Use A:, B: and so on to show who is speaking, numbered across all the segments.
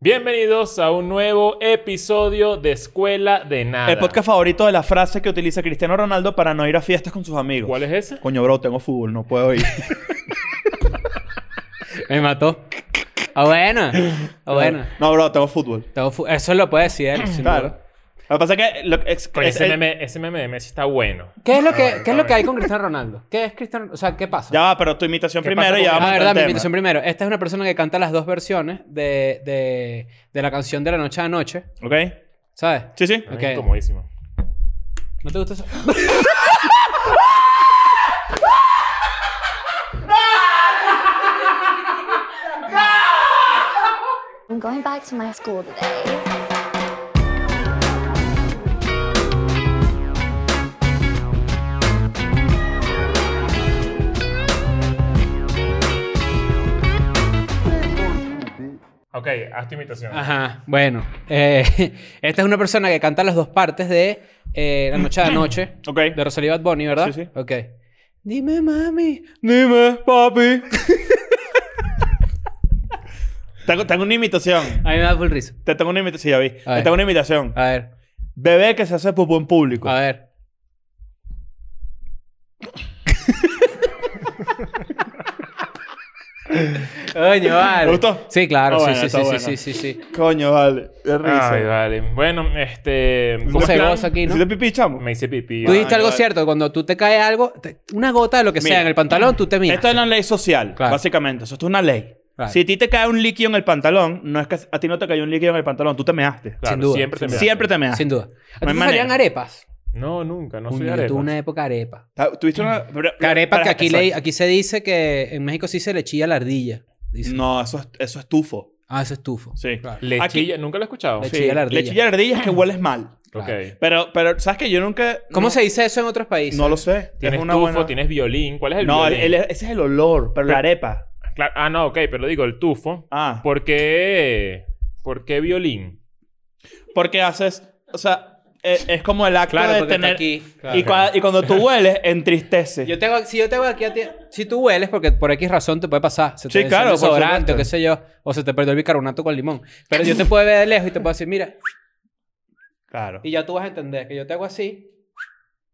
A: Bienvenidos a un nuevo episodio de Escuela de Nada.
B: El podcast favorito de la frase que utiliza Cristiano Ronaldo para no ir a fiestas con sus amigos.
A: ¿Cuál es ese?
B: Coño, bro, tengo fútbol, no puedo ir.
C: Me mató. Ah, bueno. Ah, bueno.
B: No, bro, tengo fútbol.
C: Todo fu- Eso lo puede decir él, sin
B: Claro.
C: duda.
B: Lo que pasa es que... lo- es-
A: Coño,
B: es-
A: ese,
B: es-
A: meme, ese meme de Messi está bueno.
C: ¿Qué es lo que, qué es lo que hay con Cristiano Ronaldo? ¿Qué es Cristiano O sea, ¿qué pasa?
B: ya va, pero tu imitación
A: ¿Qué
B: primero
A: pasa
B: y ya
A: con-
B: vamos
C: Ah,
B: al
C: verdad, mi
B: tema.
C: invitación primero. Esta es una persona que canta las dos versiones de, de, de la canción de la noche a noche,
B: ¿Ok?
C: ¿sabes?
B: Sí, sí.
C: Ok.
A: Es incomodísimo.
C: ¿No te gusta eso?
D: I'm going back to my school today.
A: Ok, haz tu imitación.
C: Ajá, bueno. Eh, esta es una persona que canta las dos partes de eh, La Noche a la Noche.
B: Ok.
C: De Rosalía Bad Bunny, ¿verdad?
B: Sí, sí.
C: Ok. Dime, mami. Dime, papi.
B: Tengo, tengo una imitación.
C: A mí me da full risa.
B: Te tengo una imitación. Sí, ya vi.
C: A
B: Te
C: ver.
B: tengo una imitación.
C: A ver,
B: Bebé que se hace pupú en público.
C: a ver. Coño, vale.
B: ¿Te gustó?
C: Sí, claro.
B: Ah,
C: sí,
B: bueno,
C: sí,
B: está
C: sí,
B: bueno.
C: sí, sí, sí, sí.
B: Coño, vale. Qué risa.
A: Ay, vale. Bueno, este... ¿cómo
C: se
A: están?
C: goza aquí, no?
B: ¿Hiciste pipí, chamo?
A: Me hice pipí.
C: Tú dijiste
B: Ah,
C: algo
B: yo-
C: cierto. Cuando tú te cae algo, te- una gota de lo que
B: Mira.
C: sea en el pantalón, tú te miras.
B: Esto es una ley social,
C: Claro.
B: básicamente. Eso esto es una ley.
C: Claro.
B: Si a ti te cae un líquido en el pantalón, no es que a ti no te cayó un líquido en el pantalón, tú te measte.
A: Claro,
C: sin duda,
A: Siempre te
C: sin
A: me
B: Siempre te measte.
C: Sin duda. ¿A ti
B: No hay
C: te salían
B: manera.
C: arepas?
A: No, nunca. No soy
C: Coño,
A: arepa.
C: Yo tuve una época arepa.
B: Ah, ¿Tuviste una...
C: Que arepa que aquí,
B: Exacto.
C: le, aquí se dice que en México sí se le chilla la ardilla. Dice.
B: No, eso es, eso es tufo.
C: Ah, eso es tufo.
B: Sí.
C: Claro.
A: Lechilla. Nunca lo he escuchado.
C: Le
B: Sí.
C: chilla la ardilla.
B: Le chilla la ardilla es que hueles mal.
A: Ok.
C: Claro.
B: Pero, pero ¿sabes que Yo nunca...
C: ¿Cómo
B: no-
C: se dice eso en otros países?
B: No lo sé.
A: Tienes
B: es una
A: tufo,
B: buena...
A: tienes violín. ¿Cuál es el
B: No,
A: violín?
B: el- el- ese es el olor, pero la arepa.
A: Claro, Ah, no, ok. Pero digo, el tufo.
B: Ah.
A: ¿Por qué... ¿Por qué violín?
B: Porque haces... O sea, eh, es, como el acto
C: Claro,
B: de
C: porque está
B: tener...
C: aquí. Claro.
B: y, cua- y cuando tú hueles, entristece.
C: Yo tengo, si yo tengo aquí a ti, si tú hueles, porque por X razón te puede pasar. Se te
B: Sí,
C: venció
B: claro,
C: el
B: por
C: desodorante
B: supuesto.
C: o qué sé yo. O se te perdió el bicarbonato con limón. Pero yo te puedo ver de lejos y te puedo decir, mira,
B: Claro.
C: y ya tú vas a entender que yo te hago así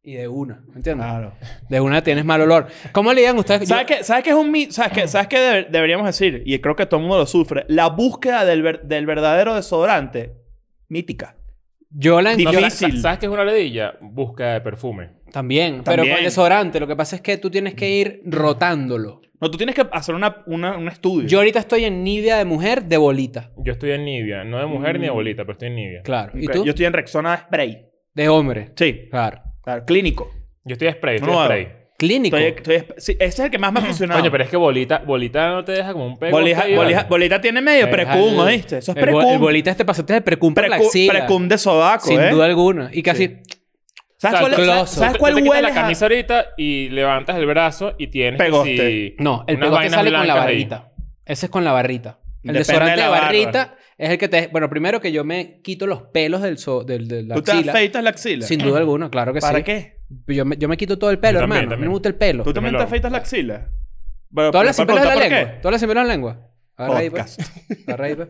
C: y de una. ¿Entiendes?
B: Claro.
C: De una tienes mal olor. ¿Cómo le digan ustedes?
B: ¿Sabes
C: Yo-
B: Ah. qué, ¿Sabes qué es un mito? ¿Sabes qué, ¿sabes qué debe- deberíamos decir? Y creo que todo el mundo lo sufre. La búsqueda del, ver- del verdadero desodorante. Mítica.
C: Yo la
B: Difícil.
C: entiendo.
A: sa- sa- ¿Sabes qué es una ladilla? Búsqueda de perfume.
C: También, pero
B: También. Mm.
C: con el desodorante. Lo que pasa es que tú tienes que ir rotándolo.
B: No, tú tienes que hacer una, una- un estudio.
C: Yo ahorita estoy en Nivea de mujer de bolita.
A: Yo estoy en Nivea. No de mujer
B: Mm.
A: ni de abuelita, pero estoy en Nivea.
C: Claro. ¿Y
B: Ok,
C: tú?
B: Yo estoy en Rexona Spray.
C: De hombre.
B: Sí.
C: Claro.
B: Claro, clínico.
A: Yo estoy spray, estoy
B: Nuevo.
A: spray.
C: Clínico.
B: Estoy, estoy- sí, ese es el que más me ha funcionado.
A: Coño, pero es que bolita, bolita no te deja como un pego.
B: bolija,
A: ahí,
B: bolija-
A: ¿vale?
B: bolita tiene medio
C: Te deja
B: precum,
C: el-
B: ¿oíste? Eso es
C: el, bo- el
B: precum.
C: bolita este pasote es precum por la
B: Precum,
C: axila.
B: precum de sobaco,
C: Sin
B: ¿eh?
C: duda alguna. Y casi...
B: ¿Sabes
A: O sea,
B: cuál, ¿sabes,
C: closo.
B: sabes
A: Tú-
B: cuál
A: tú te quitas
B: huele?
A: la camisa ahorita y levantas el brazo y tienes
B: Pegoste.
A: que si-
C: No, el
A: unas
C: pegote
A: vainas
C: sale con la
A: blancas ahí.
C: barrita. Ese es con la barrita. El
B: Depende
C: desodorante
B: de
C: de,
B: la barra.
C: barrita es el que te... Bueno, primero que yo me quito los pelos del, so- del, de la
B: ¿Tú te
C: axila.
B: afeitas la axila?
C: Sin duda alguna, claro que
B: ¿Para
C: sí.
B: qué?
C: Yo me, yo me quito todo el pelo,
A: Yo también,
C: hermano. A mí
A: también.
C: no me gusta el pelo.
B: ¿Tú
C: ¿Tú,
B: también
A: lo
B: te
A: hago.
B: afeitas la axila? Pero,
C: hablas sin
B: pero
C: pelos de la
B: pregunta, ¿por
C: lengua?
B: qué?
C: ¿Tú hablas sin pelos de la lengua? Agarra ahí, pues.
B: Podcast.
C: Agarra ahí, pues.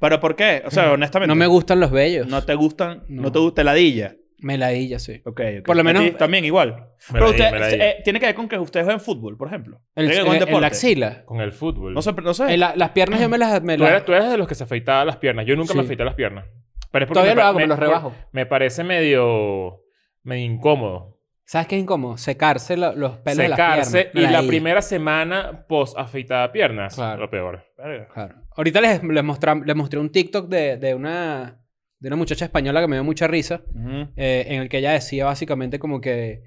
B: ¿Pero por qué? O
A: Mm.
B: sea, honestamente.
C: No me gustan los bellos.
B: No te gustan. No,
C: No.
B: te gusta heladilla.
C: Meladilla, sí.
B: Ok, ok.
C: Por lo
B: A
C: menos-
B: ti También igual. Pero
A: Meladilla,
B: usted
A: meladilla.
B: eh, tiene que ver con que ustedes juegan fútbol, por ejemplo.
C: El,
B: Tiene que ver con
C: el- el
B: deporte.
C: axila.
A: Con el fútbol.
B: No sé. No sé.
C: El- la- las piernas yo me las... me
A: tú,
C: las-
A: eras, tú eras de los que se afeitaba las piernas. Yo nunca me
C: Sí.
A: afeité las piernas. Pero es porque
C: Todavía
A: pa-
C: lo hago, me los rebajo.
A: Me parece medio, medio incómodo.
C: ¿Sabes qué es incómodo? Secarse lo- los pelos de las
A: Secarse
C: piernas.
A: y la
C: Meladilla.
A: primera semana post afeitada piernas.
C: Claro.
A: Lo peor.
B: Verga.
C: Claro. Ahorita les, les, mostram- les mostré un TikTok de, de una, de una muchacha española que me dio mucha risa,
B: Ujú.
C: eh, en el que ella decía básicamente como que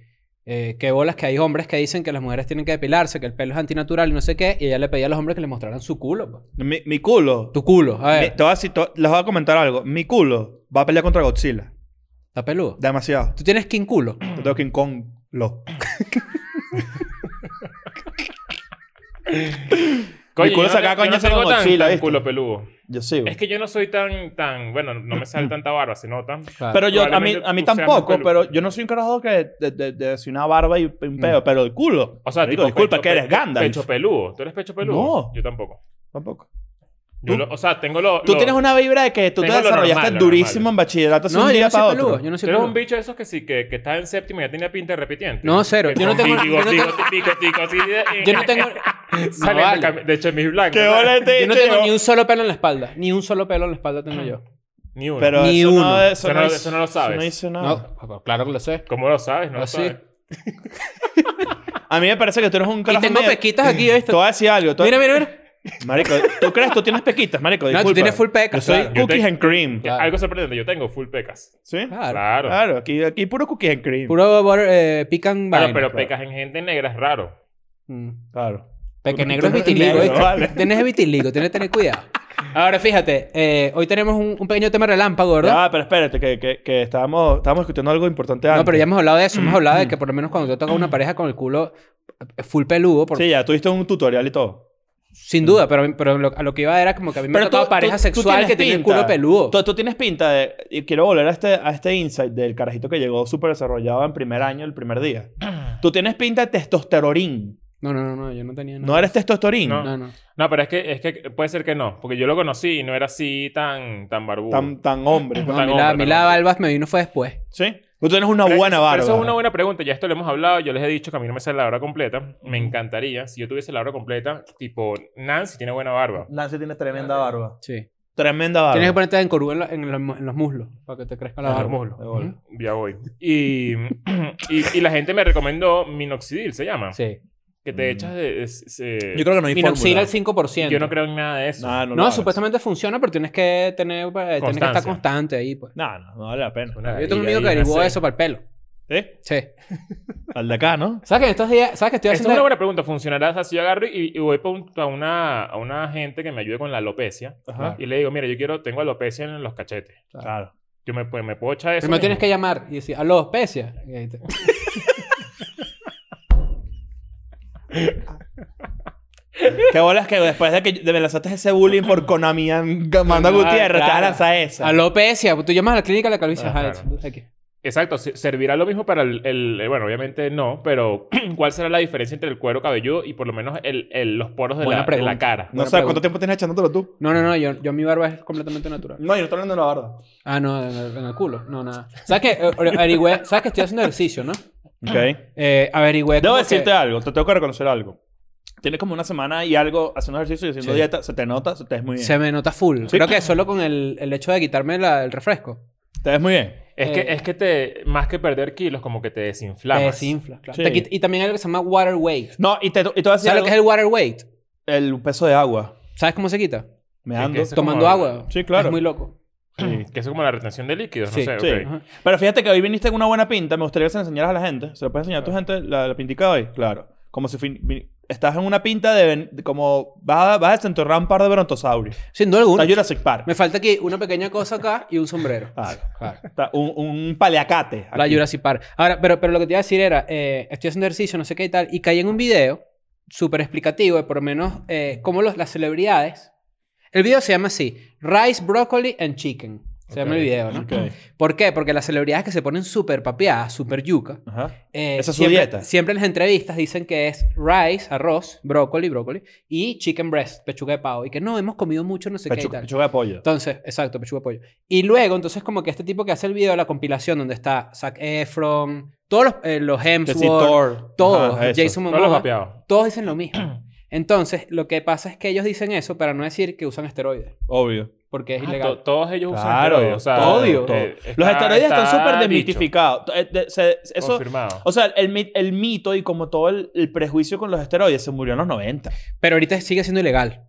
C: eh, qué bolas que hay hombres que dicen que las mujeres tienen que depilarse, que el pelo es antinatural y no sé qué, y ella le pedía a los hombres que le mostraran su culo. pues.
B: Mi, mi culo.
C: Tu culo, a
B: mi-
C: ver,
B: te voy a decir- te- les voy a comentar algo. Mi culo va a pelear contra Godzilla.
C: está peludo.
B: Demasiado.
C: ¿Tú tienes skin culo?
B: Yo tengo King Kong. Lo.
A: Coño,
B: Mi culo
A: yo no
B: saca
A: te- yo
B: coño
A: no
B: esa
A: tengo
B: con
A: tan-
B: Godzilla,
A: tan
B: ¿viste?
A: culo peludo.
B: Yo sí. güey.
A: Es que yo no soy tan, tan... Bueno, no me
B: Mm.
A: sale tanta barba, se nota.
C: Claro.
B: Pero yo, a mí,
A: Ah, probablemente
B: a mí
A: tú seas
B: tampoco,
A: muy peludo.
B: pero yo no soy un carajo que de, de, de decir una barba y un pedo,
C: Mm.
B: pero el culo.
A: O sea,
B: Marico, disculpa,
A: pecho-
B: que eres
A: pecho-
B: Gandalf.
A: Pecho peludo. ¿Tú eres pecho peludo?
B: No.
A: Yo tampoco.
B: Tampoco.
A: Yo Yo
B: ¿Tú?
A: lo- o sea, tengo lo.
B: Tú
A: lo-
B: tienes una vibra de que tú te
A: Tengo lo
B: desarrollaste
A: normal, lo
B: durísimo
A: normal.
B: en bachillerato hace
C: No,
B: un
C: yo
B: día
C: no soy
B: para
C: peludo.
B: otro.
C: Yo no soy
A: Tú eres un
C: peludo.
A: bicho de esos que sí, que, que está en séptimo y ya tenía pinta de repitiente.
C: No, cero.
A: Que
C: Yo no
A: con
C: tengo-
A: Digo,
C: yo no
A: digo,
C: tengo-
A: digo, digo, así de-
C: Yo no tengo...
A: Sale
C: No, vale.
A: de, cam- de chemis blanco.
B: ¡Qué
A: ¿sabes?
B: bola este
C: Yo no
B: bicho
C: tengo
B: llegó!
C: ni un solo pelo en la espalda. Ni un solo pelo en la espalda
B: Ah.
C: tengo yo.
A: Ni uno.
B: Pero
C: Ni
B: eso
C: uno.
B: No, eso,
A: Eso
B: no,
A: no-
B: hizo-
A: eso no lo
B: Eso
A: sabes.
B: no hizo nada.
C: No, pero claro que lo sé.
A: ¿Cómo lo sabes? No lo
C: Así.
A: sabes.
B: A mí me parece que tú eres un
C: Y
B: carajo
C: tengo
B: medio-
C: pequitas aquí,
B: Te
C: ¿viste?
B: voy a decir algo. tú-
C: Mira, mira, mira.
B: Marico, ¿tú crees? Tú tienes pequitas, marico.
C: No, tú
B: Disculpa.
C: tienes full pecas,
B: Yo soy
C: claro.
A: Yo
B: cookies
A: te-
B: and cream.
C: Claro.
A: Algo sorprendente. Yo tengo full pecas.
B: ¿Sí? Claro.
C: Claro.
A: Claro.
B: aquí, aquí puro cookies and cream.
C: Puro butter, eh, pecan
A: Claro,
C: vaina.
A: pero pecas en gente negra es raro.
C: Mm.
B: Claro.
C: Peque
B: Tú-
C: negro es
B: tú no eres
C: vitiligo,
B: negro,
C: ¿viste?
B: vale.
C: Tienes vitiligo, tienes que tener cuidado. Ahora, fíjate, eh, hoy tenemos un, un pequeño tema relámpago, ¿verdad?
B: Ah, pero espérate, que, que, que estábamos, estábamos discutiendo algo importante antes.
C: no, pero ya hemos hablado de eso. hemos hablado de que por lo menos cuando te toca una pareja con el culo eh, full peludo, por-
B: Sí, ya tuviste un tutorial y todo.
C: sin duda, pero, pero lo- a lo que iba era como que a mí me ha tocado pareja sexual
B: tienes
C: que tiene el
B: pinta-
C: culo peludo.
B: Tú, tú tienes pinta de... y quiero volver a este, a este insight del carajito que llegó súper desarrollado en primer año, el primer día. tú tienes pinta de testosterorín.
C: No, no, no, no, yo no tenía
B: ¿No
C: nada.
B: eres testosterín?
A: No.
C: No, no.
A: No, pero es que, es que puede ser que no. Porque yo lo conocí y no era así tan, tan barbudo.
B: Tan, tan hombre. pues.
C: No,
A: Tan
C: mi
A: hombre,
C: la,
A: tan
C: mi la
A: hombre.
C: barba me vino fue después.
B: ¿Sí? Tú tienes una
A: Pero
B: buena
A: eso-
B: barba.
A: pero Eso es una buena pregunta. Ya esto lo hemos hablado. Yo les he dicho que a mí no me sale la hora completa. Me encantaría. Si yo tuviese la hora completa, tipo, Nancy tiene buena barba.
B: Nancy tiene tremenda barba.
C: Sí.
B: Tremenda barba.
C: Tienes que ponerte en corú en, lo- en los- en los muslos para que te crezca la
A: En los
C: barba.
A: muslos.
B: De bola.
C: Ujú.
A: Ya voy. Y, y, y la gente me recomendó minoxidil, se llama.
C: Sí.
A: Que te echas de... de- se-
B: Yo creo que no hay
C: Minoxidil
B: fórmula.
C: al 5%.
A: yo no creo en nada de eso.
B: Nah, no,
C: No,
B: lo hagas.
C: supuestamente funciona, pero tienes que tener, eh, tienes que
A: Constancia.
C: estar constante ahí, pues.
B: No, no, no vale la pena.
A: Una
C: Yo tengo un
A: ladilla
C: amigo que
A: ahí,
C: averiguó
A: una
C: eso para el pelo.
B: ¿Sí?
C: Sí.
B: Al de acá, ¿no?
C: ¿Sabes que en estos días, sabes que estoy
A: Esa es
C: haciendo
A: una buena pregunta. ¿Funcionará? O sea, si yo agarro y, y voy pa un- a, una, a una gente que me ayude con la alopecia
B: Ajá.
A: y le digo, mira, yo quiero, tengo alopecia en los cachetes.
B: Claro.
A: Yo me, pues, me puedo echar eso.
C: Primero tienes
A: mismo?
C: que llamar y decir, aló, especia. Y ahí te-
B: Qué bolas que después de que yo- de me lanzaste ese bullying por Konami Manda
C: Ah,
B: Gutiérrez, te vas a
C: claro.
B: lanzar esa.
C: Aló, especia. Tú llamas a la clínica de la calvicie.
A: Ah,
C: Ajá,
A: claro.
C: es- aquí.
A: Exacto. se- ¿Servirá lo mismo para el, el- eh, Bueno, obviamente no, pero ¿cuál será la diferencia entre el cuero cabelludo y por lo menos el, el- los poros de
C: Buena
A: la, de la
C: pregunta.
A: cara?
B: No
C: Buena
B: sabes cuánto
C: pregunta.
B: tiempo tienes echándotelo tú.
C: No, no, no. Yo, yo mi barba es completamente natural.
B: No, yo no estoy hablando de la barba.
C: Ah, no, en el, en el culo. No, nada. ¿Sabes que eh, averigüé- ¿Sabes que estoy haciendo ejercicio, no?
B: Ok.
C: Eh, averigüé
B: Debo
C: como
B: decirte
C: que-
B: algo, te tengo que reconocer algo. Tienes como una semana y algo haciendo ejercicio y haciendo
C: Sí.
B: dieta, se te nota, se te ves muy bien.
C: Se me nota full.
B: Sí.
C: Creo que solo con el, el hecho de quitarme la- el refresco.
B: Te ves muy bien.
A: Es, que,
C: Eh.
A: es que te... Más que perder kilos, como que te desinflamas.
C: Te desinfla. claro.
B: Sí.
C: Te quit- y también hay algo que se llama water weight.
B: No, y te, y te voy a decir
C: ¿Sabes lo
B: algo,
C: que es el water weight?
B: el peso de agua.
C: ¿Sabes cómo se quita?
B: Me
A: Es que
B: ando.
A: eso- como
C: Tomando
A: el-
C: agua.
B: Sí, claro.
C: Es muy loco.
A: Sí, Que eso es como la retención de líquidos,
C: Sí,
A: no sé.
B: sí.
A: ok.
C: Ajá.
B: Pero fíjate que hoy viniste con una buena pinta. Me gustaría que se la enseñaras a la gente. ¿Se lo puedes
A: Ah.
B: enseñar a tu gente la, la pintica hoy? Claro. Como si fin- vi- estás en una pinta de... ven- de como vas a, vas a desenterrar un par de brontosaurios.
C: Sin duda alguna.
B: Está Jurassic Park.
C: Me falta aquí una pequeña cosa acá y un sombrero.
B: Claro.
C: Claro.
B: Está un, un paleacate.
C: La
B: aquí.
C: Jurassic Park. Ahora, pero, pero lo que te iba a decir era, eh, estoy haciendo ejercicio, no sé qué y tal, y caí en un video súper explicativo de por lo menos eh, cómo los, las celebridades... El video se llama así, Rice, Broccoli and Chicken. Se llama
A: Ok.
C: el video, ¿no?
B: Ok.
C: ¿Por qué? Porque las celebridades que se ponen súper papeadas, súper yuca,
B: Ajá.
C: eh,
B: Esa es su
C: siempre,
B: dieta.
C: Siempre en las entrevistas dicen que es rice, arroz, brócoli, brócoli, y chicken breast, pechuga de pavo. Y que no, hemos comido mucho, no sé qué y
B: Pechuga,
C: tal.
B: pechuga de pollo.
C: Entonces, exacto, pechuga de pollo. Y luego, entonces, como que este tipo que hace el video de la compilación donde está Zac Efron, todos los, eh, los
B: Que si
C: Hemsworth,
B: Thor.
C: todos,
B: Ajá, eso.
C: Jason
A: Todos los
C: Momoa,
A: vapeados.
C: todos dicen lo mismo. Entonces, lo que pasa es que ellos dicen eso para no decir que usan esteroides,
B: Obvio.
C: porque es
A: Ah, to-
C: ilegal.
A: todos ellos usan
B: Claro,
A: esteroides. O sea,
B: todo,
C: obvio.
B: todo.
A: eh,
B: Los
A: está-
B: esteroides están
A: está
B: súper
A: dicho,
B: desmitificados. Eh, de- se- Eso,
A: Confirmado.
B: o sea, el, mit- el mito y como todo el, el prejuicio con los esteroides se murió en los 90
C: Pero ahorita sigue siendo ilegal.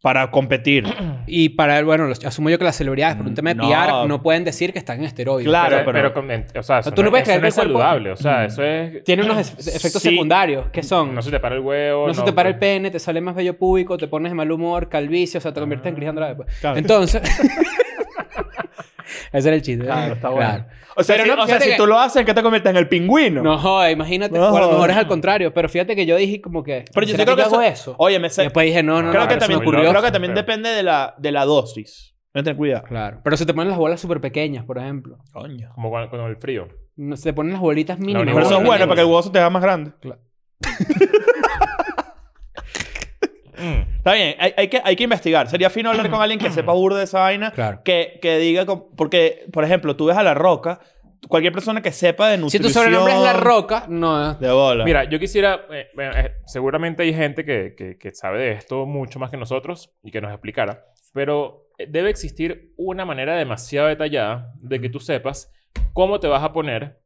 B: para competir.
C: Y para, bueno, los- asumo yo que las celebridades, por un tema de
B: Mm, No.
C: PR, no pueden decir que están en esteroides.
B: Claro,
A: pero,
B: pero-
A: pero con- o sea, eso
C: tú no
A: no,
C: puedes
A: eso
C: creer
A: no
C: que
A: es
C: el cuerpo-
A: saludable. O sea, eso es...
C: Tienen unos ef- efectos
B: Sí.
C: secundarios que son...
A: No pues, se te para el huevo.
C: No se te para el
A: pe...
C: pene, te sale más bello púbico, te pones de mal humor, calvicie, o sea, te conviertes en Cristian Andrade. pues.
B: Ah. Claro.
C: Entonces. Ese era el chiste. Claro, está
B: bueno. O sea,
C: Pero
B: si,
C: no,
B: o sea,
C: fíjate
B: si
C: que-
B: tú lo haces, ¿qué te conviertes en el pingüino?
C: No, joder, imagínate.
B: No,
C: o a lo mejor
B: joder.
C: es al contrario, pero fíjate que yo dije como que.
B: Pero yo sí
C: ¿será
B: creo que
C: hago
B: eso- Oye, me
C: Y
B: sé-
C: después dije, no, no,
B: creo,
C: no,
B: que
C: pero se me
B: también,
C: ocurrió.
B: creo que también
A: Pero-
B: depende de la, de la dosis. No ten cuidado.
C: Claro. Pero se te ponen las bolas súper pequeñas, por ejemplo.
B: Coño.
A: Como con, con el frío.
C: No, se te ponen las bolitas mínimas.
A: única
B: Pero eso es
A: Igual,
B: bueno para que el huevo
C: mínimas.
B: se te haga más grande.
A: Mm.
B: Está bien, hay, hay que, hay que investigar. Sería fino hablar con alguien que sepa burda de esa vaina.
C: Claro.
B: Que, que diga, com- porque, por ejemplo, tú ves a La Roca, cualquier persona que sepa de
C: Si
B: nutrición...
C: tu sobrenombre es La Roca, no es.
B: De bola.
A: Mira, yo quisiera, eh, bueno, eh, seguramente hay gente que, que- que sabe de esto mucho más que nosotros y que nos explicara, pero eh, debe existir una manera demasiado detallada de que tú sepas cómo te vas a poner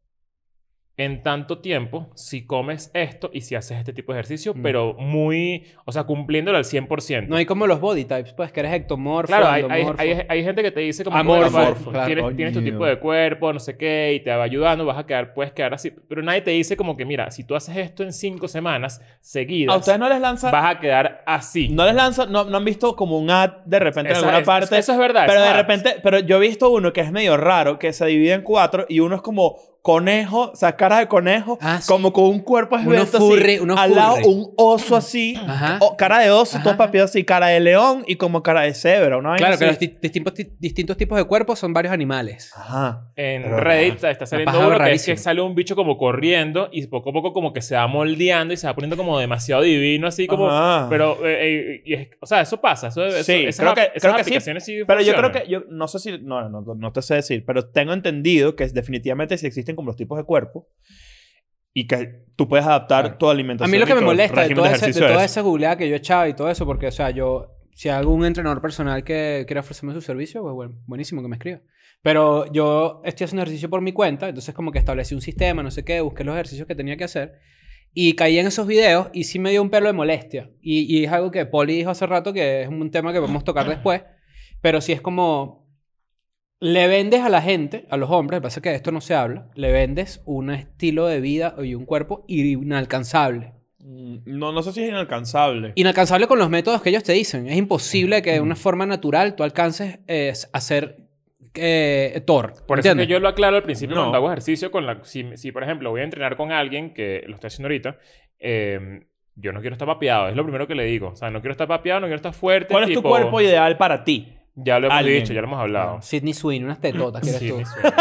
A: en tanto tiempo si comes esto y si haces este tipo de ejercicio,
C: Mm.
A: pero muy, o sea, cumpliéndolo al 100%.
C: No hay como los body types, pues, que eres ectomorfo.
A: Claro, hay, hay,
C: endomorfo.
A: hay- hay gente que te dice como
C: Amorfo,
A: bueno, vale,
C: claro.
A: tienes,
B: Coño.
A: tienes tu tipo de cuerpo, no sé qué, y te va ayudando, vas a quedar, puedes quedar así. Pero nadie te dice como que, mira, si tú haces esto en cinco semanas
B: ¿A
A: seguidas,
B: ustedes no les lanza...
A: vas a quedar así.
B: No les lanza... No, no han visto como un ad de repente en
A: Esa-
B: alguna
A: es-
B: parte...
A: Eso es verdad.
B: Pero
A: es
B: de
A: verdad.
B: repente, pero yo he visto uno que es medio raro, que se divide en cuatro y uno es como conejo, o sea, cara de conejo,
C: Ah, sí.
B: como con un cuerpo esbelto
C: furry,
B: así,
C: uno
B: al lado
C: furry.
B: un oso así,
C: Ajá.
B: o cara de oso,
C: Ajá.
B: todo papiado así, cara de león y como cara de cebra, una vaina
C: Claro, que los
B: así.
C: di- distintos, ti- distintos tipos de cuerpos son varios animales.
B: Ajá.
A: En
B: Pero-
A: Reddit está- está saliendo
C: pasado
A: uno que, es
C: rarísimo.
A: que sale un bicho como corriendo y poco a poco como que se va moldeando y se va poniendo como demasiado divino, así como...
B: Ajá.
A: Pero, eh, eh, y es- o sea, eso pasa. Eso, eso-
B: Sí,
A: esas,
B: creo que-
A: ap- esas
B: creo que sí.
A: aplicaciones sí.
B: Pero yo creo
A: funcionan.
B: que, yo no sé si, no, no, no, no te sé decir, pero tengo entendido que definitivamente sí existen como los tipos de cuerpo y que tú puedes adaptar
C: Claro.
B: tu alimentación.
C: A mí lo
B: y
C: que me
B: tu
C: molesta de
B: régimen
C: toda, esa, de
B: ejercicio
C: toda
B: es-
C: esa googleada que yo echaba y todo eso, porque, o sea, yo, si hay algún entrenador personal que quiera ofrecerme su servicio, pues, bueno, buenísimo que me escriba. Pero yo estoy haciendo ejercicio por mi cuenta, entonces como que establecí un sistema, no sé qué, busqué los ejercicios que tenía que hacer y caí en esos videos y sí me dio un pelo de molestia. Y, y es algo que Poli dijo hace rato que es un tema que podemos tocar después, pero sí es como, le vendes a la gente, a los hombres, lo que pasa es que de esto no se habla, le vendes un estilo de vida y un cuerpo inalcanzable.
B: Mm, No, no sé si es inalcanzable.
C: Inalcanzable con los métodos que ellos te dicen. Es imposible que de una forma natural tú alcances eh, a ser eh, Thor.
A: Por eso es que
C: ¿entiendes?
A: yo lo aclaro al principio
B: No.
A: cuando hago ejercicio. Con la, si, si, por ejemplo, voy a entrenar con alguien que lo está haciendo ahorita, eh, yo no quiero estar papeado. Es lo primero que le digo. O sea, no quiero estar papeado, no quiero estar fuerte.
B: ¿Cuál es tu
A: este tipo-
B: cuerpo ideal para ti?
A: Ya lo hemos
B: Alguien. Ah,
A: dicho, ya lo hemos hablado.
C: Sidney Sweeney, unas tetotas que eres
A: Sí,
C: tú.
A: mi sueño.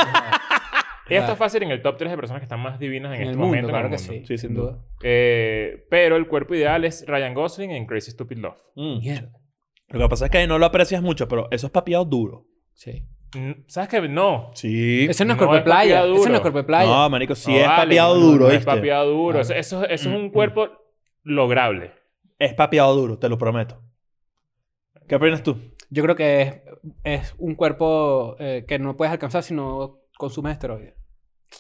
A: Ella
C: Claro.
A: está fácil en el top 3 de personas que están más divinas en,
C: en
A: este
C: el mundo,
A: momento. en
C: claro
A: el
C: que
A: mundo.
C: sí.
B: Sí, sin duda.
A: Eh, pero el cuerpo ideal es Ryan Gosling en Crazy Stupid Love.
C: Mierda.
B: Lo que pasa es que no lo aprecias mucho, pero eso es papiado duro.
C: Sí.
A: Mm, ¿Sabes qué? No.
B: Sí.
C: Ese no es
A: No
C: cuerpo de
A: es papiado
C: playa. Ese no
A: duro.
C: es cuerpo de playa.
B: No, marico, sí
A: No
B: es
A: vale,
B: papiado
A: no, no,
B: duro,
A: no es
B: ¿viste?
A: papeado duro.
C: Claro.
A: Eso, eso- eso es
B: Mm,
A: un cuerpo lograble.
B: Es papiado duro, te lo prometo. ¿Qué opinas tú?
C: Yo creo que es, es un cuerpo eh, que no puedes alcanzar si no consumes esteroides.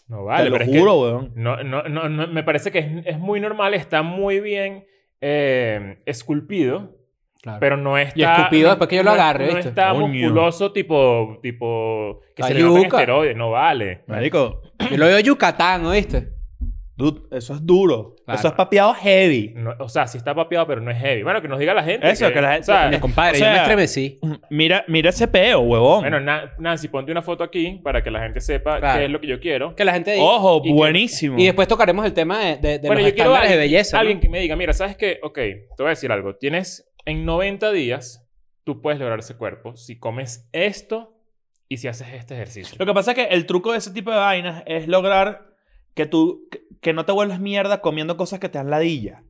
A: No vale.
B: te lo
A: pero es que-
B: juro, weón.
A: No, no, no, no, me parece que es, es muy normal, está muy bien eh, esculpido,
C: Claro.
A: pero no está...
C: Y esculpido
A: no-
C: después que yo lo
A: no-
C: agarre,
A: No
C: ¿viste?
A: está
B: Coño.
A: musculoso tipo... tipo que se le
C: Ayuca.
A: noten esteroides, no vale.
B: Marico,
C: Yo lo veo Yucatán, ¿oíste?
B: dude, eso es duro.
C: Claro.
B: Eso es papiado heavy.
A: No- o sea, sí está papeado, pero no es heavy. Bueno, que nos diga la gente.
B: Eso, que la gente-
A: o sea,
B: Eh,
C: compadre,
B: o sea-
C: yo me estremecí.
B: Mira, mira ese peo, huevón.
A: bueno, Na- Nancy, ponte una foto aquí para que la gente sepa
C: Claro.
A: qué es lo que yo quiero.
C: Que la gente diga.
B: Ojo,
A: y que-
B: buenísimo.
C: Y después tocaremos el tema de, de, de los estándares de belleza. ¿no?
A: alguien que me diga, mira, ¿sabes qué? Ok, te voy a decir algo. Tienes en 90 días, tú puedes lograr ese cuerpo si comes esto y si haces este ejercicio.
B: Lo que pasa es que el truco de ese tipo de vainas es lograr que tú que, que no te vuelvas mierda comiendo cosas que te dan ladilla.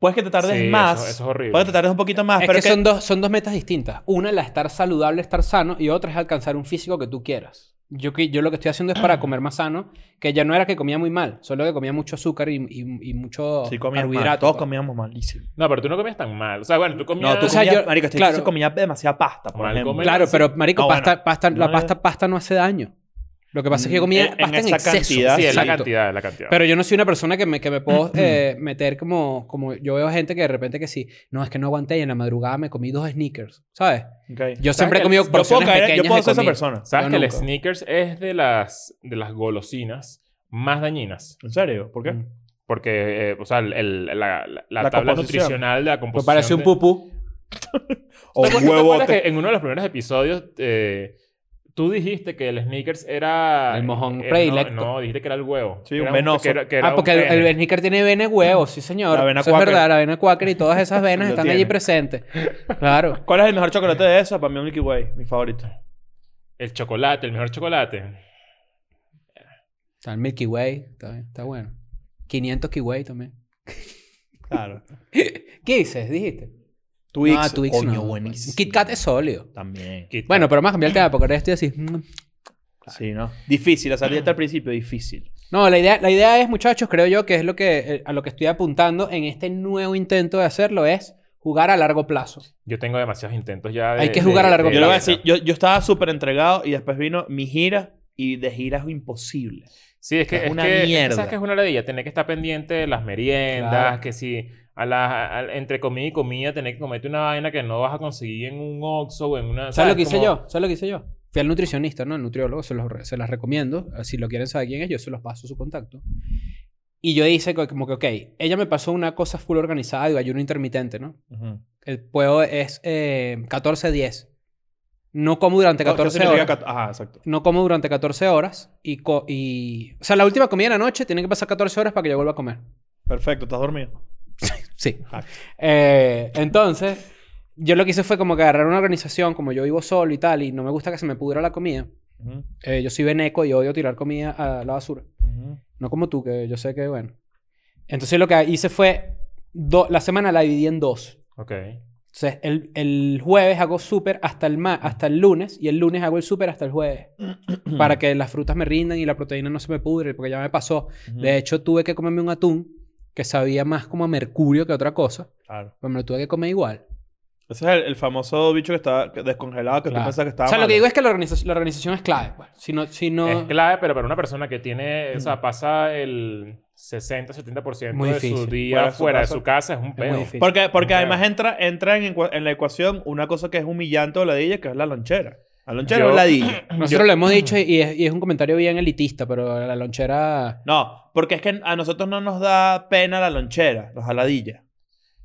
B: Puedes que te tardes
A: Sí, eso-
B: más.
A: eso es horrible.
B: Puedes que te tardes un poquito más,
C: Es
B: Ah, pero
C: que, son, dos, son dos metas distintas. Una, la estar saludable, estar sano, y otra es alcanzar un físico que tú quieras. Yo, que- yo lo que estoy haciendo es para comer más sano, que ya no era que comía muy mal, solo que comía mucho azúcar y, y, y mucho
B: Sí, comíamos mal.
C: carbohidrato.
B: Todos
C: pues.
B: comíamos malísimo.
A: No, pero tú no comías tan mal. O sea, bueno, tú comías...
B: No, tú
C: O sea,
B: comías,
C: yo-
B: marico, este
C: claro.
B: chico comía demasiada pasta, pues. por
A: Mal
B: ejemplo.
A: come-
C: Claro,
A: Sí.
C: pero marico,
B: No,
C: pasta,
B: bueno.
C: pasta- la
B: No,
C: pasta, pasta no hace daño. Lo que pasa es que yo comía
B: En- en
C: pasta en,
B: esa
C: exceso.
B: cantidad,
A: Sí, es la
C: Exacto.
A: cantidad, es la cantidad.
C: Pero yo no soy una persona que me, que me puedo eh, meter como, como... Yo veo gente que de repente que sí, no, es que no aguanté y en la madrugada me comí dos sneakers, ¿sabes?
B: Ok.
C: Yo siempre he
A: que
C: comido
A: yo
B: Yo puedo,
C: porciones
B: caer, yo
C: pequeñas
B: puedo
C: de
B: ser esa
C: comida.
B: persona.
A: ¿Sabes
C: yo
A: que el
C: nunca.
A: sneakers es de las, de las golosinas más dañinas?
B: ¿En serio? ¿Por qué?
C: Mm.
A: Porque, eh, o sea, el- el- la, la- la
B: La
A: tabla
B: composición.
A: nutricional de la
C: Me
A: composición...
C: parece un
A: de-
C: pupú.
A: ¿Te acuerdas-
B: O
A: te acuerdas
B: huevote.
A: que en uno de los primeros episodios eh, tú dijiste que el sneakers era...
C: El mojón
A: eh,
C: predilecto.
A: No, no, dijiste que era el huevo.
B: Sí,
A: Que
B: un
A: era
B: venoso.
A: que era- que era
C: Ah,
A: un
C: porque el,
A: pene.
C: el sneaker tiene vena de huevo, sí señor.
B: La avena
C: Eso es
B: Quaker.
C: verdad, la avena cuáquer y todas esas venas
B: Lo
C: están
B: tiene.
C: allí presentes. Claro.
B: ¿Cuál es el mejor chocolate de eso? Para mí, un Milky Way, mi favorito.
A: El chocolate, el mejor chocolate.
C: Está el Milky Way, está, bien, está bueno. 500 Kiwi también.
B: Claro.
C: ¿Qué dices? Dijiste.
B: Twix.
C: no, Twix
B: coño,
C: no.
B: buenísimo.
C: Kit Kat es sólido.
B: También.
A: Kit Kat.
C: Bueno, pero más cambiar el tema porque ahora estoy así. mm.
B: Sí, ¿no? Difícil, la
C: Ah.
B: salida al principio, difícil.
C: No, la idea, la idea es, muchachos, creo yo que es lo que, eh, a lo que estoy apuntando en este nuevo intento de hacerlo, es jugar a largo plazo.
A: Yo tengo demasiados intentos ya de...
C: Hay que jugar a
A: de-
C: largo
A: de-
B: Yo le voy a
C: plazo.
B: decir, yo, yo estaba súper entregado y después vino mi gira y de gira es imposible.
A: Sí, es que
B: Es
A: es
B: una
A: que- es que
B: mierda.
A: ¿Sabes que es una ladilla? Tener que estar pendiente de las meriendas,
C: Claro.
A: que si a las a- a- entre comida y comida tener que comerte una vaina que no vas a conseguir en un Oxxo o en una...
C: ¿Sabes lo que hice
A: Como-
C: yo? ¿Sabes lo que hice yo? Fui al nutricionista, ¿no? El nutriólogo, se, los, re- se las recomiendo. Ah, Si lo quieren saber quién es, yo se los paso su contacto. Y yo hice co- como que, ok, ella me pasó una cosa full organizada de ayuno intermitente, ¿no? El puedo es eh, 14-10. No como durante 14
B: significa
C: horas.
B: cat- Ajá, exacto.
C: No como durante 14 horas y, co- y... O sea, la última comida de la noche tiene que pasar 14 horas para que yo vuelva a comer.
B: Perfecto, estás dormido.
C: Sí.
B: Ah.
C: Eh, entonces, yo lo que hice fue como que agarrar una organización, como yo vivo solo y tal, y no me gusta que se me pudra la comida.
B: Ujú,
C: Eh, yo soy veneco y odio tirar comida a la basura.
B: ujú.
C: No como tú, que yo sé que, bueno. Entonces lo que hice fue, do- la semana la dividí en dos.
A: Ok.
C: Entonces el, el jueves hago súper hasta, el ma- hasta el lunes y el lunes hago el súper hasta el jueves.
B: Mm.
C: para que las frutas me rindan y la proteína no se me pudre, porque ya me pasó.
B: Ujú.
C: De hecho, tuve que comerme un atún que sabía más como a mercurio que a otra cosa,
B: Claro.
C: pero me lo tuve que comer igual.
B: Ese es el, el famoso bicho que está que- descongelado que
C: Claro.
B: tú pensabas que estaba
C: o sea, lo
B: malo.
C: que digo es que la organización, la organización es clave. pues. Si no... Si no... Mm.
A: Es clave, pero para una persona que tiene... O sea, pasa el 60-70%
C: Muy
A: de su
C: difícil.
A: día
B: Fuera
A: fuera,
B: de su
A: de su casa
B: casa.
A: es un
C: muy
A: pedo.
C: difícil.
B: Porque, porque
A: Claro.
B: además entra, entra en, encua- en la ecuación una cosa que es humillante o ladilla, que es la lonchera. La lonchera
A: Yo-
B: es ladilla.
C: Nosotros lo hemos dicho y es, y es un comentario bien elitista, pero la lonchera...
B: No, porque es que a nosotros no nos da pena la lonchera, nos da ladilla.